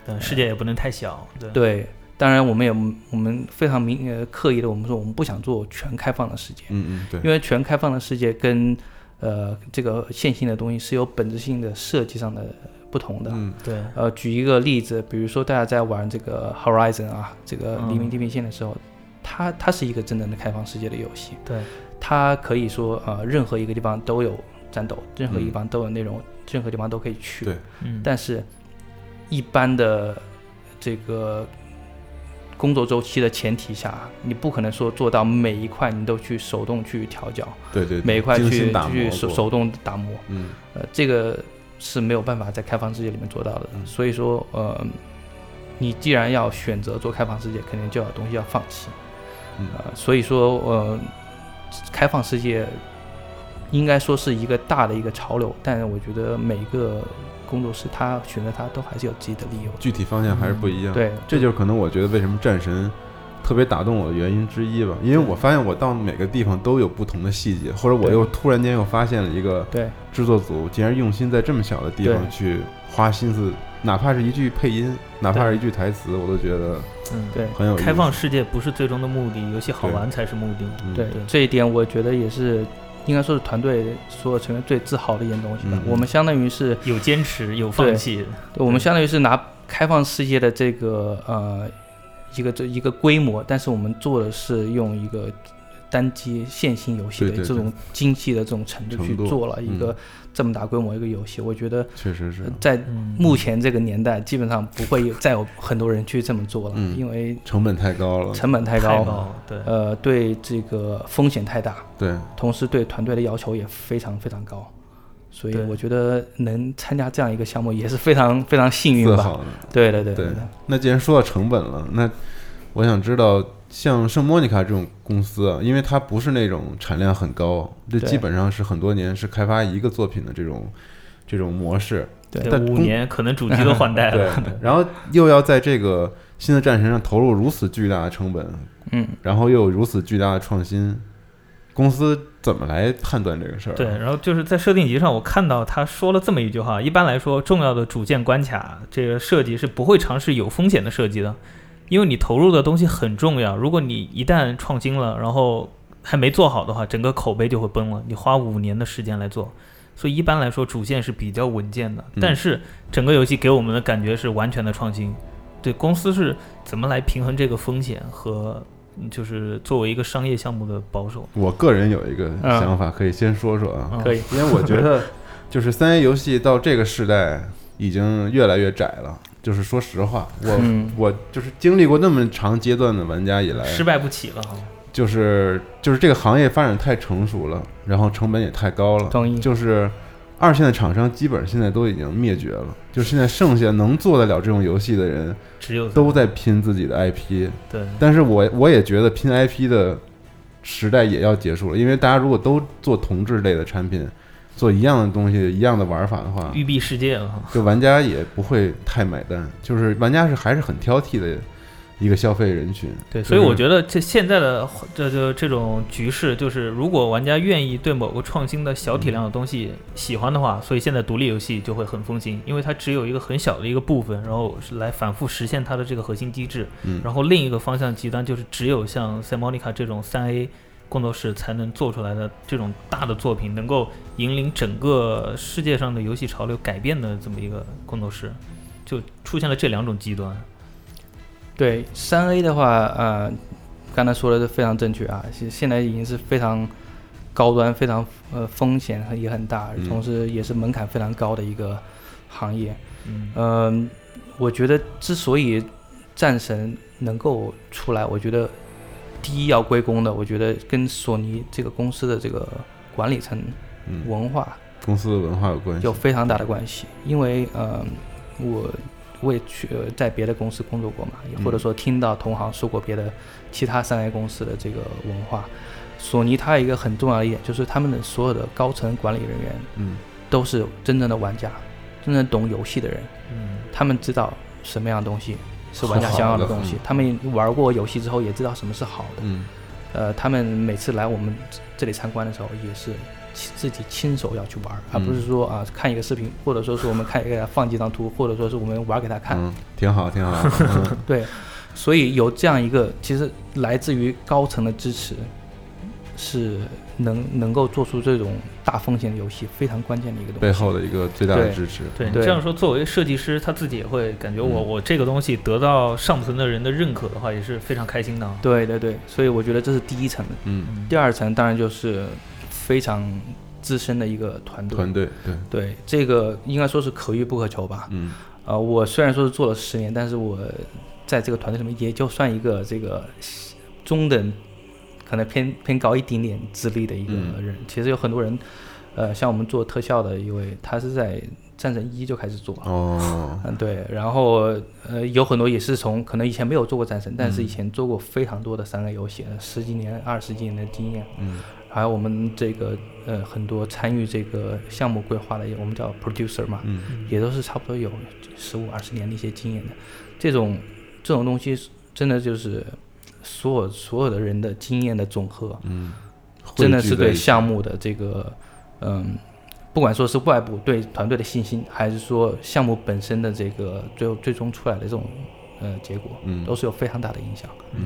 Speaker 2: 对世界也不能太小，对
Speaker 3: 对，当然我们也我们非常明呃刻意的，我们说我们不想做全开放的世界，
Speaker 1: 嗯嗯对，
Speaker 3: 因为全开放的世界跟呃，这个线性的东西是有本质性的设计上的呃不同的。
Speaker 1: 嗯
Speaker 2: 对，
Speaker 3: 呃，举一个例子，比如说大家在玩这个 Horizon 啊，这个
Speaker 2: 嗯
Speaker 3: 黎明地平线的时候，它它是一个真正的开放世界的游戏，
Speaker 2: 对，
Speaker 3: 它可以说呃，任何一个地方都有战斗，任何一个地方都有内容，任何地方都可以
Speaker 1: 嗯
Speaker 3: 去。
Speaker 1: 对
Speaker 2: 嗯，
Speaker 3: 但是，一般的这个工作周期的前提下，你不可能说做到每一块你都去手动去调教，
Speaker 1: 对对，
Speaker 3: 每一块
Speaker 1: 精心
Speaker 3: 去
Speaker 1: 打磨
Speaker 3: 去
Speaker 1: 过
Speaker 3: 手手动打磨。
Speaker 1: 嗯
Speaker 3: 呃，这个是没有办法在开放世界里面做到的。
Speaker 1: 嗯
Speaker 3: 所以说，呃，你既然要选择做开放世界，肯定就有东西要放弃。
Speaker 1: 嗯
Speaker 3: 呃，所以说，呃，开放世界应该说是一个大的一个潮流，但是我觉得每一个工作室他选择它都还是有自己的理由的。
Speaker 1: 具体方向还是不一样。，
Speaker 3: 对，
Speaker 1: 这就是可能我觉得为什么战神特别打动我的原因之一吧，因为我发现我到每个地方都有不同的细节，或者我
Speaker 3: 对
Speaker 1: 又突然间又发现了一个
Speaker 3: 对
Speaker 1: 制作组竟然用心在这么小的地方
Speaker 3: 对
Speaker 1: 去花心思，哪怕是一句配音，哪怕是一句台词，我都觉得
Speaker 2: 嗯，
Speaker 3: 对
Speaker 1: 很有意思
Speaker 2: 开放。世界不是最终的目的，游戏好玩才是目的。
Speaker 1: 嗯
Speaker 3: 对
Speaker 2: 对，
Speaker 3: 这一点我觉得也是。应该说是团队所有成员最自豪的一件东西吧。
Speaker 1: 嗯嗯
Speaker 3: 我们相当于是
Speaker 2: 有坚持，有放弃，
Speaker 3: 对我们相当于是拿开放世界的这个呃一个这一个规模，但是我们做的是用一个单机线性游戏的
Speaker 1: 对对
Speaker 3: 这种精细的这种程度去
Speaker 1: 程度嗯
Speaker 3: 做了一个这么大规模一个游戏，我觉得
Speaker 1: 确实是
Speaker 3: 呃在
Speaker 2: 嗯，
Speaker 3: 目前这个年代基本上不会有再有很多人去这么做了，
Speaker 1: 嗯
Speaker 3: 因为
Speaker 1: 成本太高了，
Speaker 3: 成本太
Speaker 2: 太
Speaker 3: 高，
Speaker 2: 高了，对，
Speaker 3: 呃，对这个风险太大，
Speaker 1: 对，
Speaker 3: 同时对团队的要求也非常非常高。所以
Speaker 2: 对
Speaker 3: 我觉得能参加这样一个项目也是非常非常幸运
Speaker 1: 自
Speaker 3: 吧。
Speaker 1: 豪的。
Speaker 3: 对对对
Speaker 1: 对那既然说到成本了，那我想知道，像圣莫妮卡这种公司啊，因为它不是那种产量很高，这
Speaker 3: 对
Speaker 1: 基本上是很多年是开发一个作品的这种这种模式，
Speaker 3: 对
Speaker 2: 对
Speaker 1: 但
Speaker 2: 五
Speaker 1: 公
Speaker 2: 年可能主机都换代
Speaker 1: 对
Speaker 2: 了，，
Speaker 1: 然后又要在这个新的战神上投入如此巨大的成本，
Speaker 3: 嗯，
Speaker 1: 然后又有如此巨大的创新，公司怎么来判断这个事儿？啊
Speaker 2: 对，，然后就是在设定集上，我看到他说了这么一句话：一般来说，重要的主件关卡这个设计是不会尝试有风险的设计的，因为你投入的东西很重要。如果你一旦创新了，然后还没做好的话，整个口碑就会崩了。你花五年的时间来做，所以一般来说主线是比较稳健的。
Speaker 1: 嗯
Speaker 2: 但是整个游戏给我们的感觉是完全的创新。对公司是怎么来平衡这个风险和嗯就是作为一个商业项目的保守？
Speaker 1: 我个人有一个
Speaker 3: 嗯
Speaker 1: 想法，可以先说说啊，
Speaker 2: 嗯
Speaker 3: 可以，
Speaker 1: 因为我觉得就是三 A 游戏到这个时代已经越来越窄了。就是说实话，我、
Speaker 3: 嗯
Speaker 1: 我就是经历过那么长阶段的玩家以来，
Speaker 2: 失败不起了哈。
Speaker 1: 就是就是这个行业发展太成熟了，然后成本也太高了，
Speaker 3: 同意。
Speaker 1: 就是二线的厂商基本上现在都已经灭绝了，就是现在剩下能做得了这种游戏的人
Speaker 2: 只有
Speaker 1: 都在拼自己的 IP，
Speaker 2: 对，
Speaker 1: 但是我我也觉得拼 IP 的时代也要结束了，因为大家如果都做同质类的产品，做一样的东西、一样的玩法的话，
Speaker 2: 玉璧世界了啊哈。
Speaker 1: 就玩家也不会太买单，就是玩家是还是很挑剔的一个消费人群。
Speaker 2: 对，
Speaker 1: 就
Speaker 2: 所以我
Speaker 1: 是
Speaker 2: 觉得这现在的这就这种局势，就是如果玩家愿意对某个创新的小体量的东西喜欢的话，所以现在独立游戏就会很风行，因为它只有一个很小的一个部分，然后是来反复实现它的这个核心机制。
Speaker 1: 嗯
Speaker 2: 然后另一个方向极端就是只有像塞莫尼卡这种三 A 工作室才能做出来的这种大的作品，能够引领整个世界上的游戏潮流改变的这么一个工作室，就出现了这两种极端。
Speaker 3: 对三 A 的话，呃，刚才说的是非常正确啊，现现在已经是非常高端、非常呃风险也很大
Speaker 1: 嗯，
Speaker 3: 同时也是门槛非常高的一个行业。
Speaker 2: 嗯，
Speaker 3: 嗯、我觉得之所以战神能够出来，我觉得第一要归功的，我觉得跟索尼这个公司的这个管理层
Speaker 1: 嗯，
Speaker 3: 文化
Speaker 1: 公司的文化有关系
Speaker 3: 有。非常大的关系，因为呃，我我也去、呃在别的公司工作过嘛，
Speaker 1: 嗯
Speaker 3: 也或者说听到同行说过别的其他三 A 公司的这个文化。索尼它有一个很重要的一点就是他们的所有的高层管理人员
Speaker 1: 嗯
Speaker 3: 都是真正的玩家，真正懂游戏的人，
Speaker 2: 嗯，
Speaker 3: 他们知道什么样的东西是玩家想要的东西
Speaker 1: 好好的嗯，
Speaker 3: 他们玩过游戏之后也知道什么是好的。
Speaker 1: 嗯
Speaker 3: 呃，他们每次来我们这里参观的时候，也是亲自己亲手要去玩儿，而不是说啊看一个视频，或者说是我们看给他放几张图，或者说是我们玩给他看。
Speaker 1: 嗯，挺好挺 好。嗯
Speaker 3: 对，所以有这样一个其实来自于高层的支持，是能能够做出这种大风险的游戏非常关键的一个东西。
Speaker 1: 背后的一个最大的
Speaker 3: 对
Speaker 1: 支持。
Speaker 2: 对你
Speaker 3: 对
Speaker 2: 这样说，作为设计师，他自己也会感觉我、
Speaker 1: 嗯
Speaker 2: 我这个东西得到上层的人的认可的话，也是非常开心的啊。
Speaker 3: 对对对，所以我觉得这是第一层。
Speaker 1: 嗯，
Speaker 2: 嗯
Speaker 3: 第二层当然就是非常资深的一个团队。
Speaker 1: 团队对，
Speaker 3: 对，这个应该说是可遇不可求吧。
Speaker 1: 嗯
Speaker 3: 呃，我虽然说是做了十年，但是我在这个团队里面也就算一个这个中等，可能偏偏高一点点资历的一个
Speaker 1: 嗯
Speaker 3: 人。其实有很多人，呃，像我们做特效的一位，他是在战神一就开始做了。
Speaker 1: 哦，
Speaker 3: 嗯，对，然后呃，有很多也是从可能以前没有做过战神，但是以
Speaker 1: 嗯
Speaker 3: 前做过非常多的三 A 游戏，十几年、二十几年的经验，
Speaker 1: 嗯
Speaker 3: 还有我们这个呃很多参与这个项目规划的，我们叫 producer 嘛，
Speaker 1: 嗯
Speaker 3: 也都是差不多有十五二十年的一些经验的。这种这种东西真的就是所有所有的人的经验的总和，
Speaker 1: 嗯，
Speaker 3: 真的
Speaker 1: 汇聚
Speaker 3: 是
Speaker 1: 在
Speaker 3: 对
Speaker 1: 一起
Speaker 3: 项目的这个，嗯，不管说是外部对团队的信心，还是说项目本身的这个最后最终出来的这种呃结果，
Speaker 1: 嗯
Speaker 3: 都是有非常大的影响。
Speaker 1: 嗯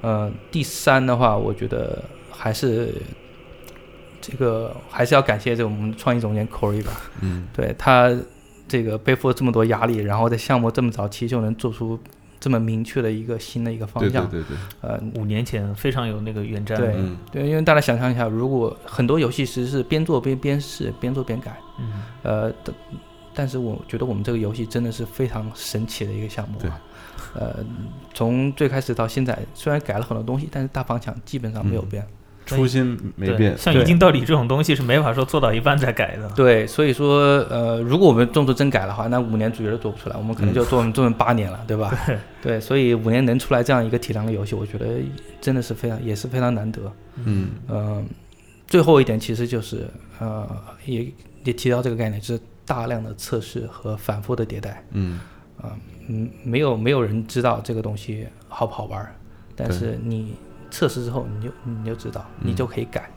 Speaker 3: 呃，第三的话，我觉得还是这个还是要感谢这个我们创意总监 Corey 吧，
Speaker 1: 嗯
Speaker 3: 对他这个背负了这么多压力，然后在项目这么早期就能做出这么明确的一个新的一个方
Speaker 1: 对对
Speaker 3: 向，
Speaker 1: 对对，
Speaker 3: 呃，
Speaker 2: 五年前非常有那个远瞻，
Speaker 3: 对
Speaker 1: 嗯
Speaker 3: 对，因为大家想象一下，如果很多游戏其实是边做边边试，边做边改，
Speaker 2: 嗯，
Speaker 3: 呃，但但是我觉得我们这个游戏真的是非常神奇的一个项目、啊。呃，从最开始到现在，虽然改了很多东西，但是大方向基本上没有变。
Speaker 1: 初心没
Speaker 2: 对
Speaker 1: 变，
Speaker 2: 像
Speaker 3: 对
Speaker 2: 一镜到底这种东西是没法说做到一半再改的。
Speaker 3: 对，所以说，呃，如果我们动作真改的话，那五年主角都做不出来，我们可能就做我们做成八年了，对吧？对所以五年能出来这样一个体量的游戏，我觉得真的是非常也是非常难得。
Speaker 1: 嗯
Speaker 3: 嗯，最后一点其实就是呃，也也提到这个概念，就是大量的测试和反复的迭代。
Speaker 1: 嗯
Speaker 3: 嗯，没有没有人知道这个东西好不好玩儿，但
Speaker 1: 对
Speaker 3: 是你测试之后，你就你就知道，你
Speaker 1: 嗯
Speaker 3: 就可以改，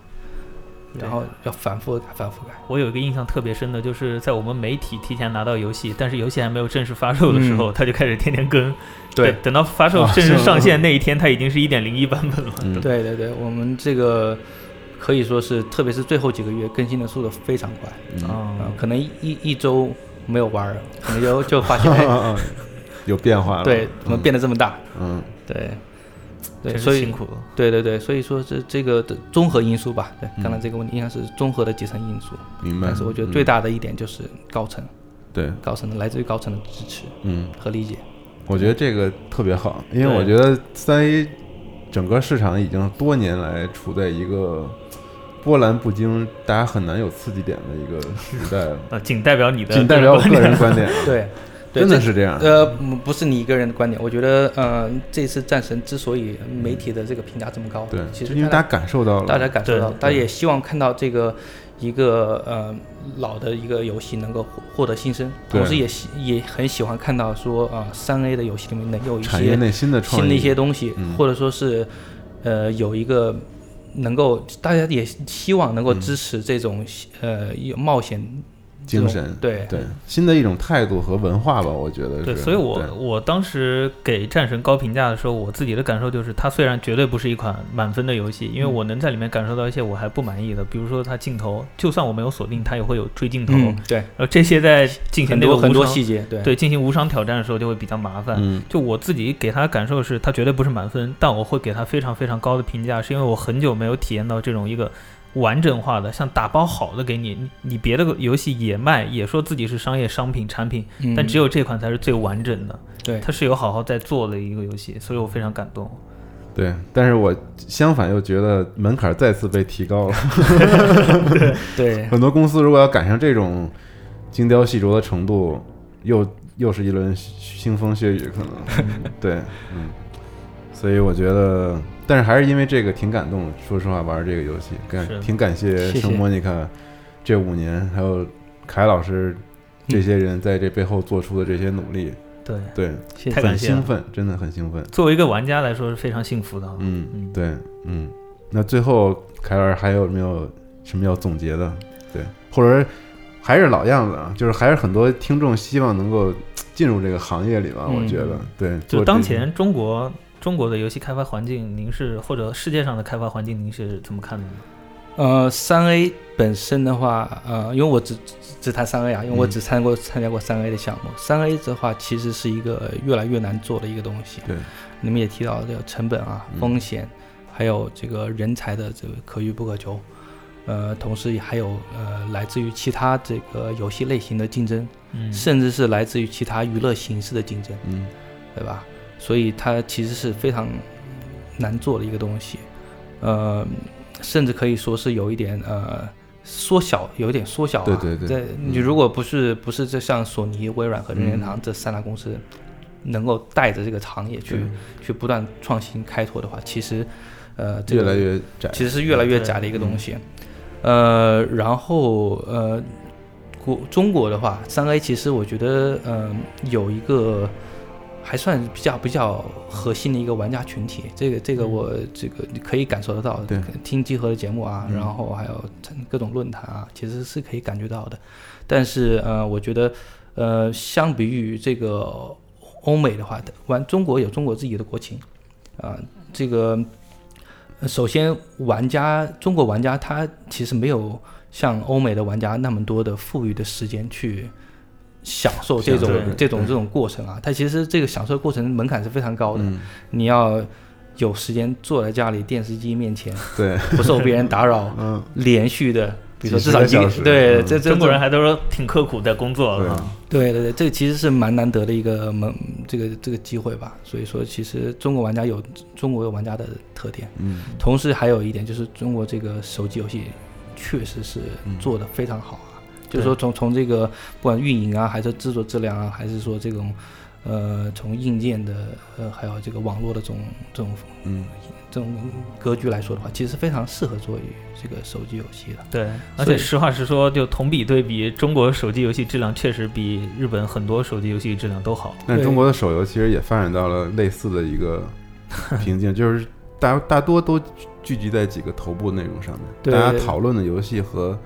Speaker 3: 然后要反复地改，反复地改。
Speaker 2: 我有一个印象特别深的，就是在我们媒体提前拿到游戏，但是游戏还没有正式发售的时候，他就开始天天更。
Speaker 3: 对
Speaker 2: 等到发售
Speaker 1: 啊
Speaker 2: 正式
Speaker 1: 嗯是
Speaker 2: 上线那一天，它已经是一点零一版本了。
Speaker 1: 嗯，
Speaker 3: 对对对，我们这个可以说是，特别是最后几个月更新的速度非常快，
Speaker 1: 嗯
Speaker 3: 啊、
Speaker 2: 啊，
Speaker 3: 可能一一一周没有玩儿，可能就就发现，
Speaker 1: 啊
Speaker 3: 哎，
Speaker 1: 啊啊有变化了，
Speaker 3: 对，怎么
Speaker 1: 嗯
Speaker 3: 变得这么大？
Speaker 1: 嗯
Speaker 3: 对，对，
Speaker 2: 真
Speaker 3: 所
Speaker 2: 是
Speaker 3: 以
Speaker 2: 辛苦了。
Speaker 3: 对对对，所以说这这个的综合因素吧，对，
Speaker 1: 嗯
Speaker 3: 刚才这个问题应该是综合的几层因素，
Speaker 1: 明白
Speaker 3: 但是我觉得最
Speaker 1: 嗯
Speaker 3: 大的一点就是高层，
Speaker 1: 对
Speaker 3: 高层的来自于高层的支持
Speaker 1: 嗯。
Speaker 3: 和理解，
Speaker 1: 我觉得这个特别好，因为
Speaker 2: 对
Speaker 1: 我觉得三 A 整个市场已经多年来处在一个波澜不惊、大家很难有刺激点的一个时代 了，
Speaker 2: 啊，仅代表你的
Speaker 1: 仅代表我
Speaker 2: 观
Speaker 1: 个
Speaker 2: 点
Speaker 1: 人观点，
Speaker 3: 对， 对
Speaker 1: 真的
Speaker 3: 这
Speaker 1: 是这样。
Speaker 3: 呃，不不是你一个人的观点，我觉得，呃，这次战神之所以媒体的这个评价这么高，
Speaker 1: 对，
Speaker 3: 其
Speaker 1: 就
Speaker 3: 实
Speaker 1: 因为大
Speaker 3: 大家
Speaker 1: 家感受到了，
Speaker 3: 大家感受到，
Speaker 2: 对
Speaker 3: 大家也希望看到这个一个呃老的一个游戏能够获获得新生，
Speaker 1: 对
Speaker 3: 同时也喜也很喜欢看到说啊，三、A 的游戏里面能有一
Speaker 1: 产业
Speaker 3: 些
Speaker 1: 内新的创意，
Speaker 3: 新的一些东西，
Speaker 1: 嗯
Speaker 3: 或者说是呃有一个能够大家也希望能够
Speaker 1: 嗯
Speaker 3: 支持这种、呃有冒险这
Speaker 1: 精
Speaker 3: 种
Speaker 1: 神，
Speaker 3: 对
Speaker 1: 对新的一种态度和文化吧，我觉得是。
Speaker 2: 对，所以我
Speaker 1: 对
Speaker 2: 我当时给战神高评价的时候，我自己的感受就是，它虽然绝对不是一款满分的游戏，因为
Speaker 3: 嗯
Speaker 2: 我能在里面感受到一些我还不满意的，比如说它镜头，就算我没有锁定，它也会有追镜头，
Speaker 3: 嗯对
Speaker 2: 然后这些在进行
Speaker 3: 很
Speaker 2: 那个
Speaker 3: 多很多
Speaker 2: 无伤
Speaker 3: 细节对
Speaker 2: 对进行无伤挑战的时候就会比较麻烦。
Speaker 1: 嗯
Speaker 2: 就我自己给他的感受是，他绝对不是满分，但我会给他非常非常高的评价，是因为我很久没有体验到这种一个完整化的，像打包好的给你，你你别的游戏也卖，也说自己是商业商品产品，
Speaker 3: 嗯
Speaker 2: 但只有这款才是最完整的，
Speaker 3: 对
Speaker 2: 它是有好好在做的一个游戏，所以我非常感动。
Speaker 1: 对，但是我相反又觉得门槛再次被提高了。
Speaker 3: 对
Speaker 1: 很多公司如果要赶上这种精雕细琢的程度，又又是一轮腥风血雨，可 能对，嗯，所以我觉得，但是还是因为这个挺感动的。说实话，玩这个游戏，感
Speaker 2: 是
Speaker 1: 挺感谢
Speaker 3: 谢谢
Speaker 1: 圣莫妮卡这五年，还有凯老师这些人在这背后做出的这些努力，
Speaker 2: 对，
Speaker 1: 对，
Speaker 3: 谢
Speaker 2: 太
Speaker 3: 谢
Speaker 2: 感
Speaker 1: 很
Speaker 2: 谢了
Speaker 1: 兴奋，真的很兴奋。
Speaker 2: 作为一个玩家来说是非常幸福的啊。
Speaker 1: 嗯
Speaker 2: 嗯，
Speaker 1: 对，嗯，那最后凯老师还有没有什么要总结的？对，或者说还是老样子啊，就是还是很多听众希望能够进入这个行业里吧，
Speaker 3: 嗯
Speaker 1: 我觉得对，
Speaker 2: 就
Speaker 1: 做
Speaker 2: 当
Speaker 1: 这
Speaker 2: 前中国中国的游戏开发环境，您是或者世界上的开发环境，您是怎么看的呢？
Speaker 3: 呃，三 A 本身的话，呃，因为我只只谈三 A 啊，因为我
Speaker 1: 嗯
Speaker 3: 只参过、参加过三 A 的项目。三 A 的话，其实是一个越来越难做的一个东西。啊
Speaker 1: 对，
Speaker 3: 你们也提到了这个成本啊、
Speaker 1: 嗯
Speaker 3: 风险，还有这个人才的这个可遇不可求。呃，同时也还有呃，来自于其他这个游戏类型的竞争，
Speaker 2: 嗯
Speaker 3: 甚至是来自于其他娱乐形式的竞争。
Speaker 1: 嗯
Speaker 3: 对吧？所以它其实是非常难做的一个东西，呃，甚至可以说是有一点呃缩小，有一点缩小、啊。
Speaker 1: 对对对嗯
Speaker 3: 在你如果不是不是这像索尼、微软和任天堂这三大公司能够带着这个行业去去不断创新开拓的话，其实呃这
Speaker 1: 越
Speaker 3: 个
Speaker 1: 来越窄，嗯
Speaker 3: 其实是越来越窄的一个东西。呃，然后呃，国中国的话，三 A 其实我觉得呃有一个还算比较比较核心的一个玩家群体，这个这个我这个可以感受得到，
Speaker 1: 嗯对
Speaker 3: 听集合的节目啊，
Speaker 1: 嗯
Speaker 3: 然后还有各种论坛啊，其实是可以感觉到的。但是呃，我觉得呃，相比于这个欧美的话，玩中国有中国自己的国情啊、这个呃首先玩家中国玩家他其实没有像欧美的玩家那么多的富裕的时间去。享受这种
Speaker 1: 啊
Speaker 2: 享受
Speaker 3: 这种这种过程啊，它其实这个享受过程门槛是非常高的，
Speaker 1: 嗯，
Speaker 3: 你要有时间坐在家里电视机面前，
Speaker 1: 对，
Speaker 3: 不受别人打扰，
Speaker 1: 嗯，
Speaker 3: 连续的，比
Speaker 1: 几十
Speaker 3: 如说至少
Speaker 1: 个
Speaker 3: 一
Speaker 1: 小时
Speaker 3: 对
Speaker 1: 嗯
Speaker 3: 这这
Speaker 2: 中国人还都说挺刻苦在工作
Speaker 1: 对
Speaker 2: 的，啊
Speaker 3: 对对对，这个其实是蛮难得的一个门这个这个机会吧。所以说，其实中国玩家有中国玩家的特点，
Speaker 1: 嗯
Speaker 3: 同时还有一点就是中国这个手机游戏确实是做的非常好啊。就是说从从这个不管运营啊，还是制作质量啊，还是说这种呃从硬件的呃还有这个网络的这种这种呃
Speaker 1: 嗯，
Speaker 3: 这种格局来说的话，其实非常适合做这个手机游戏的。
Speaker 2: 对，而
Speaker 3: 所
Speaker 2: 且
Speaker 3: 以
Speaker 2: 实话实说，就同比对比，中国手机游戏质量确实比日本很多手机游戏质量都好。
Speaker 1: 但
Speaker 3: 对
Speaker 1: 中国的手游其实也发展到了类似的一个 瓶颈，就是大大多都聚集在几个头部内容上面，
Speaker 3: 对
Speaker 1: 大家讨论的游戏和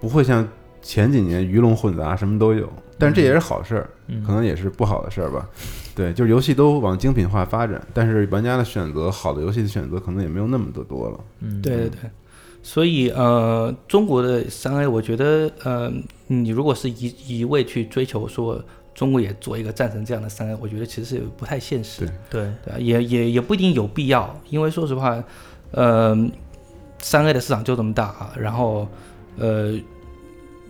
Speaker 1: 不会像前几年鱼龙混杂，什么都有。但是这也是好事儿，
Speaker 2: 嗯，
Speaker 1: 可能也是不好的事儿吧。对，就是游戏都往精品化发展，但是玩家的选择，好的游戏的选择可能也没有那么的多了。
Speaker 2: 嗯，
Speaker 3: 对对对，所以呃，中国的三 A，我觉得呃，你如果是一一味去追求说中国也做一个战神这样的三 A，我觉得其实是不太现实的，
Speaker 2: 对，
Speaker 3: 对吧也也也不一定有必要，因为说实话，呃，三 A 的市场就这么大啊，然后呃，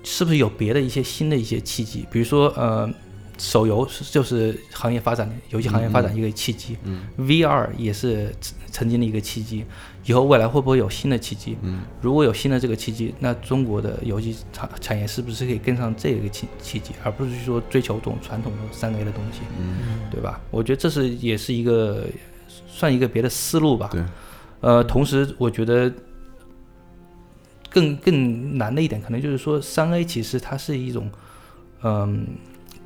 Speaker 3: 是不是有别的一些新的一些契机？比如说呃，手游是就是行业发展游戏行业发展一个契机，
Speaker 1: 嗯
Speaker 3: VR 也是曾曾经的一个契机，以后未来会不会有新的契机？
Speaker 1: 嗯，
Speaker 3: 如果有新的这个契机，那中国的游戏产产业是不是可以跟上这个契契机，而不是说追求这种传统的三 A 的东西，
Speaker 1: 嗯，
Speaker 3: 对吧？我觉得这是也是一个算一个别的思路吧。
Speaker 1: 对，
Speaker 3: 呃，同时我觉得更更难的一点，可能就是说三 A 其实它是一种，嗯、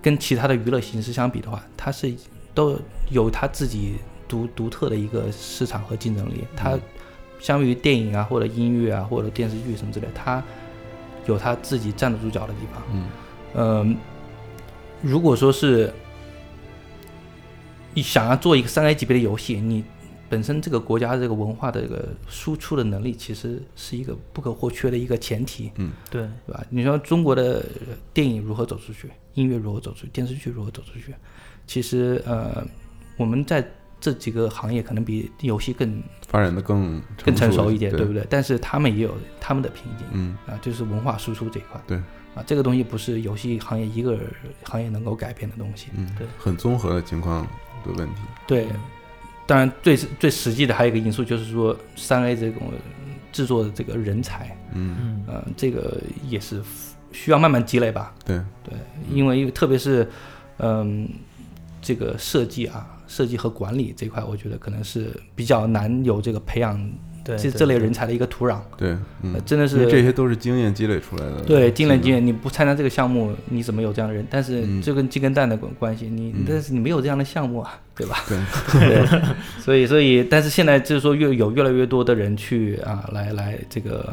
Speaker 3: 跟其他的娱乐形式相比的话，它是都有它自己独独特的一个市场和竞争力。它相比于电影啊，或者音乐啊，或者电视剧什么之类，它有它自己站得住脚的地方。
Speaker 1: 嗯，
Speaker 3: 嗯，如果说是你想要做一个三 A 级别的游戏，你本身这个国家这个文化的这个输出的能力，其实是一个不可或缺的一个前提，
Speaker 2: 对，
Speaker 3: 对吧？你说中国的呃电影如何走出去，音乐如何走出去，电视剧如何走出去，其实呃，我们在这几个行业可能比游戏更
Speaker 1: 发展的更
Speaker 3: 更成熟一点，
Speaker 1: 对
Speaker 3: 对不？对？但是他们也有他们的瓶颈。
Speaker 1: 嗯，
Speaker 3: 啊，就是文化输出这一块。
Speaker 1: 对，
Speaker 3: 啊，这个东西不是游戏行业一个行业能够改变的东西。
Speaker 1: 嗯
Speaker 2: 对，
Speaker 1: 很综合的情况的问题。
Speaker 3: 对，当然最最实际的还有一个因素就是说，三 A 这种制作的这个人才，
Speaker 1: 嗯，
Speaker 2: 嗯，
Speaker 3: 呃，这个也是需要慢慢积累吧。
Speaker 1: 对，
Speaker 3: 对，
Speaker 1: 嗯
Speaker 3: 因为特别是，嗯、这个设计啊，设计和管理这块，我觉得可能是比较难有这个培养
Speaker 2: 对，
Speaker 3: 这
Speaker 2: 对
Speaker 3: 这类人，才的一个土壤。
Speaker 1: 对，嗯
Speaker 3: 呃，真的
Speaker 1: 因
Speaker 3: 是
Speaker 1: 为这些都是经验积累出来的。
Speaker 3: 对，经验经验，你不参加这个项目，你怎么有这样的人？但是
Speaker 1: 嗯
Speaker 3: 这跟鸡跟蛋的关关系，你、
Speaker 1: 嗯
Speaker 3: 但是你没有这样的项目啊，对 吧？
Speaker 1: 对，
Speaker 3: 对，所以所以，但是现在就是说越有越来越多的人去啊，来来这个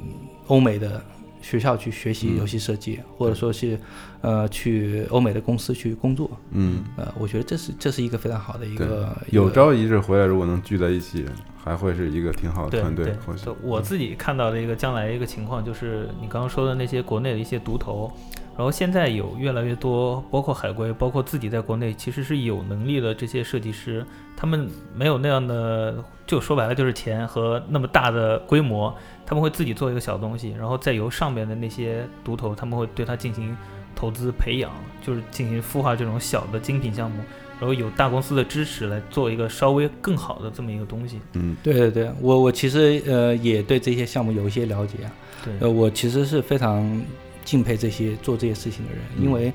Speaker 3: 嗯欧美的学校去学习游戏设计，或者说是呃去欧美的公司去工作。
Speaker 1: 嗯，
Speaker 3: 呃，我觉得这是这是一个非常好的一
Speaker 1: 对
Speaker 3: 个
Speaker 1: 有
Speaker 3: 招。
Speaker 1: 朝一日回来，如果能聚在一起，还会是一个挺好的
Speaker 2: 对
Speaker 1: 团队嗯
Speaker 2: 对。
Speaker 1: 或许
Speaker 2: 就我自己看到的一个将来一个情况，就是你刚刚说的那些国内的一些独头，然后现在有越来越多，包括海归，包括自己在国内其实是有能力的这些设计师，他们没有那样的，就说白了就是钱和那么大的规模，他们会自己做一个小东西，然后再由上面的那些独头，他们会对它进行投资培养，就是进行孵化这种小的精品项目。然后有大公司的支持来做一个稍微更好的这么一个东西，
Speaker 1: 嗯
Speaker 3: 对对对，我我其实呃也对这些项目有一些了解啊。
Speaker 2: 对，
Speaker 3: 呃，我其实是非常敬佩这些做这些事情的人，
Speaker 1: 嗯
Speaker 3: 因为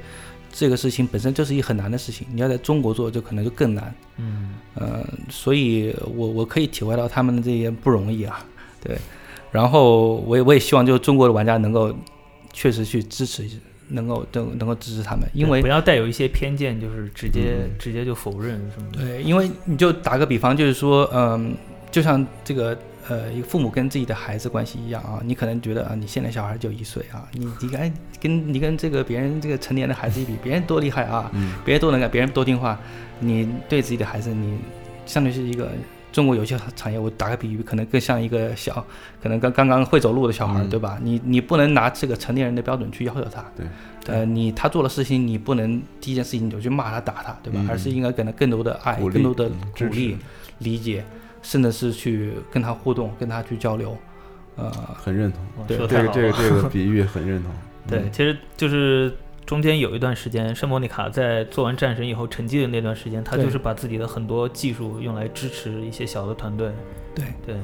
Speaker 3: 这个事情本身就是一个很难的事情，你要在中国做就可能就更难。
Speaker 2: 嗯，
Speaker 3: 呃，所以我我可以体会到他们的这些不容易啊，对。然后我也我也希望就是中国的玩家能够确实去支持，能够能能够支持他们，因
Speaker 2: 对
Speaker 3: 为
Speaker 2: 不要带有一些偏见，就是直接、
Speaker 1: 嗯
Speaker 2: 直接就否认什么的。
Speaker 3: 对，因为你就打个比方，就是说，嗯，就像这个呃，一个父母跟自己的孩子关系一样啊，你可能觉得啊，你现在小孩就一岁啊，你你哎，跟你跟这个别人这个成年的孩子一比，别人多厉害啊，
Speaker 1: 嗯
Speaker 3: 别人多能干，别人多听话，你对自己的孩子，你相当于是一个中国有些产业，我打个比喻，可能更像一个小，可能刚刚刚会走路的小孩，
Speaker 1: 嗯
Speaker 3: 对吧？你你不能拿这个成年人的标准去要求他，
Speaker 1: 对，
Speaker 3: 呃，你他做了事情，你不能第一件事情你就去骂他打他，对吧？
Speaker 1: 嗯
Speaker 3: 而是应该给他更多的爱，
Speaker 1: 鼓励
Speaker 3: 更多的
Speaker 1: 嗯
Speaker 3: 鼓
Speaker 1: 支
Speaker 3: 励
Speaker 1: 持、
Speaker 3: 理解，甚至是去跟他互动，跟他去交流，呃，
Speaker 1: 很认同。
Speaker 2: 哇
Speaker 3: 对
Speaker 2: 说得
Speaker 1: 这
Speaker 2: 太
Speaker 1: 个
Speaker 2: 好
Speaker 1: 这个嗯
Speaker 2: 了。
Speaker 1: 这个比喻很认同。
Speaker 2: 对，其实就是中间有一段时间，圣莫妮卡在做完战神以后沉寂的那段时间，他
Speaker 3: 对
Speaker 2: 就是把自己的很多技术用来支持一些小的团队。
Speaker 3: 对，
Speaker 2: 对，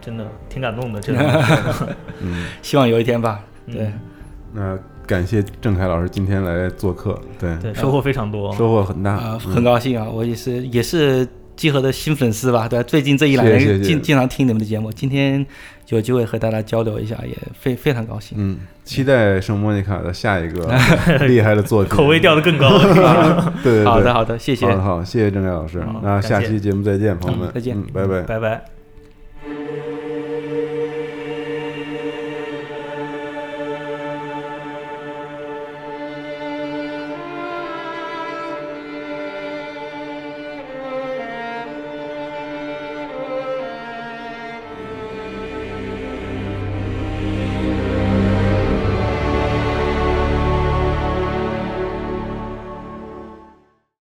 Speaker 2: 真的挺感动的。这个
Speaker 1: 嗯，
Speaker 3: 希望有一天吧，对。
Speaker 2: 嗯
Speaker 1: 那感谢郑凯老师今天来做客，对，
Speaker 2: 对，收获非常多。
Speaker 1: 嗯收获很大嗯
Speaker 3: 啊、，很高兴啊，我也是也是集合的新粉丝吧，对吧最近这一两年
Speaker 1: 谢谢谢谢
Speaker 3: 经经常听你们的节目，今天有机会和大家交流一下，也非非常高兴。
Speaker 1: 嗯，期待圣莫妮卡的下 一个厉害的作品，
Speaker 2: 口味调得更高。
Speaker 1: 对对对，
Speaker 3: 好的，好的，谢谢。
Speaker 1: 好的好，谢谢郑凯老师
Speaker 2: 好，
Speaker 1: 那下
Speaker 2: 感谢
Speaker 1: 期节目再见，朋友
Speaker 3: 嗯
Speaker 1: 们，
Speaker 3: 再见
Speaker 1: 嗯，拜拜。
Speaker 2: 拜拜。